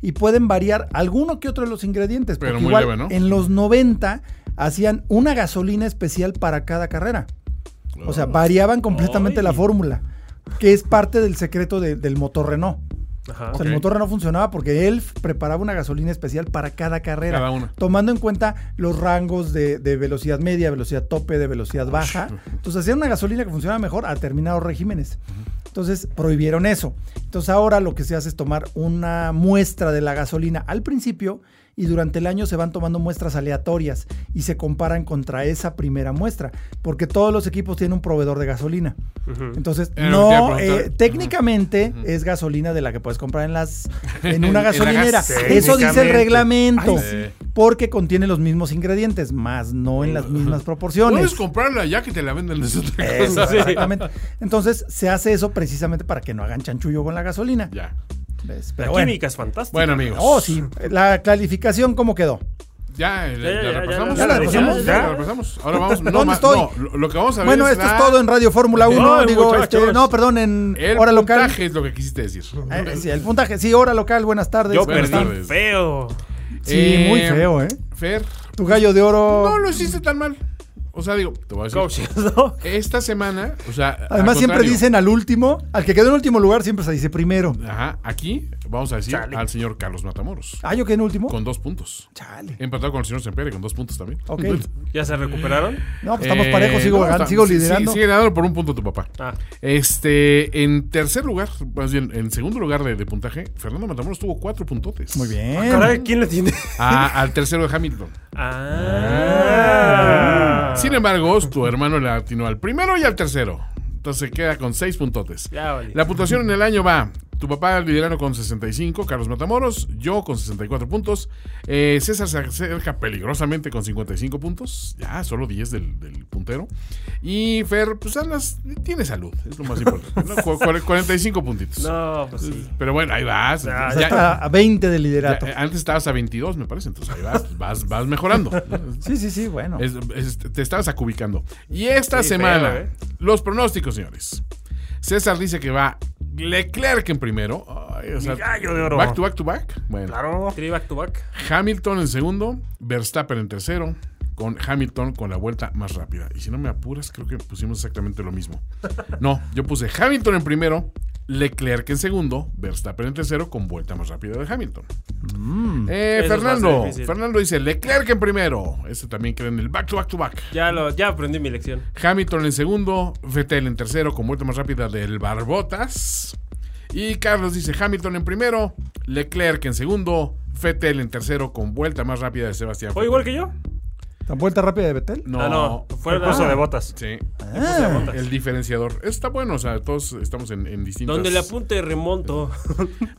y pueden variar alguno que otro de los ingredientes. Pero porque muy igual, leve, ¿no? En los 90 hacían una gasolina especial para cada carrera. O sea, variaban completamente Ay. la fórmula, que es parte del secreto de- del motor Renault. Ajá. O sea, el Ok. motor no funcionaba porque él preparaba una gasolina especial para cada carrera. Cada una. Tomando en cuenta los rangos de, de velocidad media, velocidad tope, de velocidad baja. Entonces hacían una gasolina que funcionaba mejor a determinados regímenes. Entonces prohibieron eso. Entonces ahora lo que se hace es tomar una muestra de la gasolina al principio y durante el año se van tomando muestras aleatorias y se comparan contra esa primera muestra. Porque todos los equipos tienen un proveedor de gasolina. Entonces, Era lo que te iba no, a preguntar. eh, técnicamente es gasolina de la que puedes comprar en *laughs* las en una En la gas- gasolinera. Eso dice el Técnicamente. reglamento. Ay, sí. Porque contiene los mismos ingredientes, más no en las mismas Puedes proporciones. comprarla ya que te la venden es otra cosa. Eso, exactamente. Entonces, se hace eso precisamente para que no hagan chanchullo con la gasolina. Ya. ¿Ves? La Pero bueno. química es fantástica. Bueno, amigos. Oh, sí. La calificación, ¿cómo quedó? Ya, eh, Ya, la, ya, ya, repasamos. ya la repasamos. Ya, Ya. la repasamos. Ahora vamos. No, ¿Dónde ma- estoy? no, lo, lo que vamos a ver Bueno, es esto la- es todo en Radio Fórmula 1. Ah. Ay, digo, muchachos. este, no, perdón, en El hora local. puntaje es lo que quisiste decir. Eh, eh, sí, el puntaje, sí, hora local, buenas tardes. Yo ¿cómo Buenas perdí están? tardes. feo. Sí, muy feo, ¿eh? Fer, Tu gallo de oro. no lo hiciste tan mal. O sea, digo, te voy a decir. ¿no? Esta semana, o sea. Además, al siempre contrario. dicen al último, al que quedó en último lugar, siempre se dice primero. Ajá, aquí vamos a decir Chale. al señor Carlos Matamoros. Ah, yo quedé en último. Con dos puntos. Chale. Empatado con el señor Sempere con dos puntos también. *laughs* Ok. ¿Ya se recuperaron? No, pues estamos Eh, parejos, sigo, no, ganando, está- sigo sí, liderando. sí, sigue ganando por un punto tu papá. Ah. Este, en tercer lugar, más bien, en segundo lugar de, de puntaje, Fernando Matamoros tuvo cuatro puntotes. Muy bien. Caray, ¿quién le tiene? A- al tercero de Hamilton. Ah. Sin embargo, tu hermano le atinó al primero y al tercero. Entonces se queda con seis puntotes. Ya, vale. La puntuación en el año va Tu papá liderando con 65, Carlos Matamoros, yo con 64 puntos. Eh, César se acerca peligrosamente con 55 puntos. Ya, solo 10 del, del puntero. Y Fer, pues andas, tiene salud, es lo más importante. ¿no? Cu- cu- 45 puntitos. No, pues sí. Pero bueno, ahí vas. Ya, Entonces, Ya ya- Pues está a 20 de liderato. ya, eh, antes estabas a 22, me parece. Entonces ahí vas, vas, vas mejorando. Sí, sí, sí, bueno. Es- es- te estabas acubicando. Y esta Sí, semana, pero, ¿eh? los pronósticos, señores. César dice que va Leclerc en primero. Ay, o sea, Mi gallo de oro. Back to back to back. Bueno. Claro. Tri back to back. Hamilton en segundo, Verstappen en tercero, con Hamilton con la vuelta más rápida. Y si no me apuras, creo que pusimos exactamente lo mismo. No, yo puse Hamilton en primero, Leclerc en segundo, Verstappen en tercero con vuelta más rápida de Hamilton. Eh, Eso es Fernando, bastante difícil. Fernando dice Leclerc en primero. Este también cree en el back to back to back. Ya, lo, ya aprendí mi lección. Hamilton en segundo, Vettel en tercero con vuelta más rápida del Barbotas. Y Carlos dice Hamilton en primero, Leclerc en segundo, Vettel en tercero con vuelta más rápida de Sebastián. ¿O igual que yo? ¿Tan vuelta rápida de Betel? No, No, no. Fue El curso la- de botas. Sí, Ah, el diferenciador. Está bueno, o sea, todos estamos en, en distintas... Donde le *laughs* apunte remonto.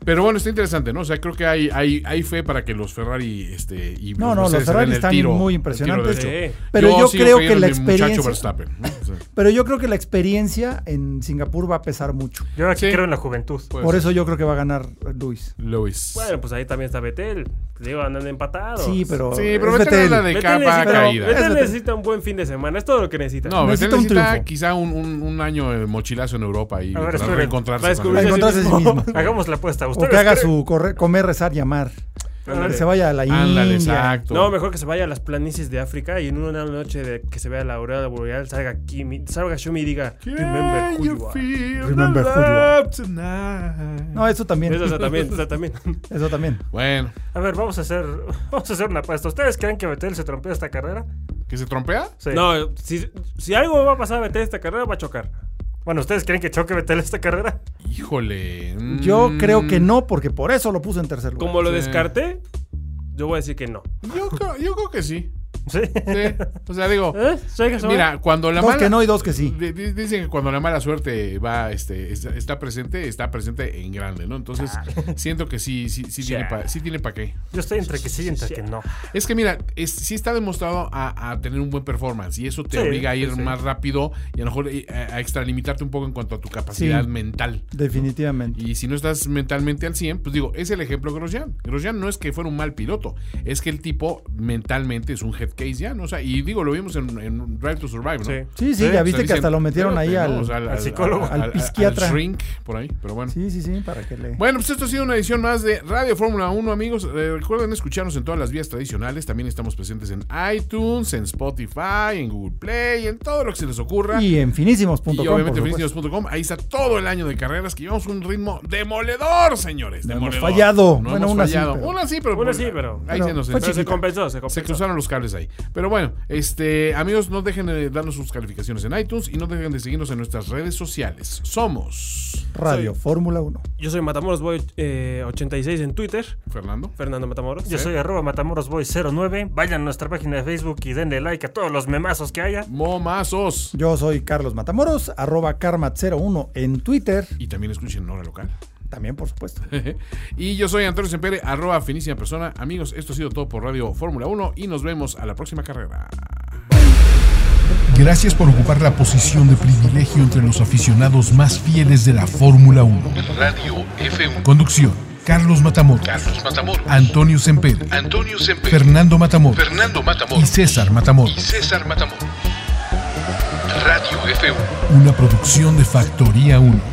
Pero bueno, está interesante, ¿no? O sea, creo que hay, hay, hay fe para que los Ferrari este, y No, no, los Mercedes Ferrari den el están muy el impresionantes. tiro derecho. Sí. Pero yo sigo creo que creyendo la en mi Muchacho experiencia- Verstappen. ¿no? O sea, *laughs* Pero yo creo que la experiencia en Singapur va a pesar mucho. Yo aquí Sí. creo en la juventud. puede Por ser. eso yo creo que va a ganar Luis. Luis. bueno, pues ahí también está Betel. Digo, andan empatados. Sí, pero. Sí, pero es Vettel Vettel. es la de Betel capa necesita, caída. Betel Es Betel. necesita un buen fin de semana. Es todo lo que necesita. No, Necesita Betel un necesita triunfo. quizá un, un- un año de mochilazo en Europa y A ver, para espere. reencontrarse. Va a con descubrir- Para él. encontrarse a sí mismo. Hagamos la apuesta. O ¿Ustedes que haga creen- su corre- comer, rezar y amar. Que Ándale. se vaya a la India. Ándale, exacto. No, mejor que se vaya a las planicies de África y en una noche de que se vea la aurora boreal salga Kimi, salga Shumi y diga Remember who you are". Remember who you are. No, eso también. Eso, o sea, también, o sea, también. Eso también. Bueno, A ver, vamos *laughs* a hacer, vamos a hacer una apuesta. ¿Ustedes creen que Betel se trompeó esta carrera? ¿que se trompea? Sí. No, si, si algo va a pasar a Betel esta carrera va a chocar. Bueno, ¿ustedes creen que choque Betel esta carrera? Híjole. mm, Yo creo que no, porque por eso lo puso en tercer lugar. Como lo Sí. descarté, yo voy a decir que no. Yo, creo- yo creo que sí. Sí. Sí. O sea, digo, ¿Eh? Soy que- mira, cuando la Dos mala... que no y dos que sí. Di- di- Dicen que cuando la mala suerte va, este, es- está presente, está presente en grande, ¿no? Entonces, siento que sí, sí, sí tiene para sí tiene pa qué. Yo estoy entre que sí y entre que no. Es que mira, es- sí está demostrado a, a tener un buen performance y eso te Sí, obliga a ir sí, sí. más rápido y a lo mejor eh, a, a extralimitarte un poco en cuanto a tu capacidad Sí. mental. Definitivamente. Y si no estás mentalmente al 100, pues digo, es el ejemplo de Grosjean. Grosjean no es que fuera un mal piloto, es que el tipo mentalmente es un head case ya, ¿no? O sea, y digo, lo vimos en, en Drive to Survive, ¿no? Sí. Sí, sí, O ya sea, viste que dicen, hasta lo metieron ahí "Espérate", al. ¿no? O sea, al psicólogo. Al psiquiatra. shrink, por ahí, pero bueno. Sí, sí, sí, para que le. Bueno, pues esto ha sido una edición más de Radio Fórmula 1, amigos. Eh, recuerden escucharnos en todas las vías tradicionales. También estamos presentes en iTunes, en Spotify, en Google Play, en todo lo que se les ocurra. Y, Y en finísimos.com. por obviamente supuesto. felicidios.com. Ahí está todo el año de carreras que llevamos un ritmo demoledor, señores. No demoledor. hemos fallado. No Bueno, hemos una sí, fallado. pero- Una sí, pero. Una sí, pero- Ahí pero se nos fue Pero se chiquita. compensó, se se compensó. cruzaron los cables ahí. Pero bueno, este amigos, no dejen de darnos sus calificaciones en iTunes y no dejen de seguirnos en nuestras redes sociales. Somos Radio Fórmula 1. Yo soy Matamoros Boy eh, 86 en Twitter. Fernando. Fernando Matamoros. Yo soy arroba matamorosboy09. Vayan a nuestra página de Facebook y denle like a todos los memazos que haya. Momazos. Yo soy Carlos Matamoros, arroba Carmat01 en Twitter, Y también escuchen Hora Local. *laughs* también por supuesto. y yo soy Antonio Sempere, arroba finísima persona. Amigos, esto ha sido todo por Radio Fórmula 1 y nos vemos a la próxima carrera. Gracias por ocupar la posición de privilegio entre los aficionados más fieles de la Fórmula 1. Radio F1. Conducción: Carlos Matamoros, Carlos Matamoros. Antonio Semper, Antonio Semper. Fernando Matamoros Fernando y Matamoros. César Y Matamoros. César Matamoros. Radio F1. Una producción de Factoría 1.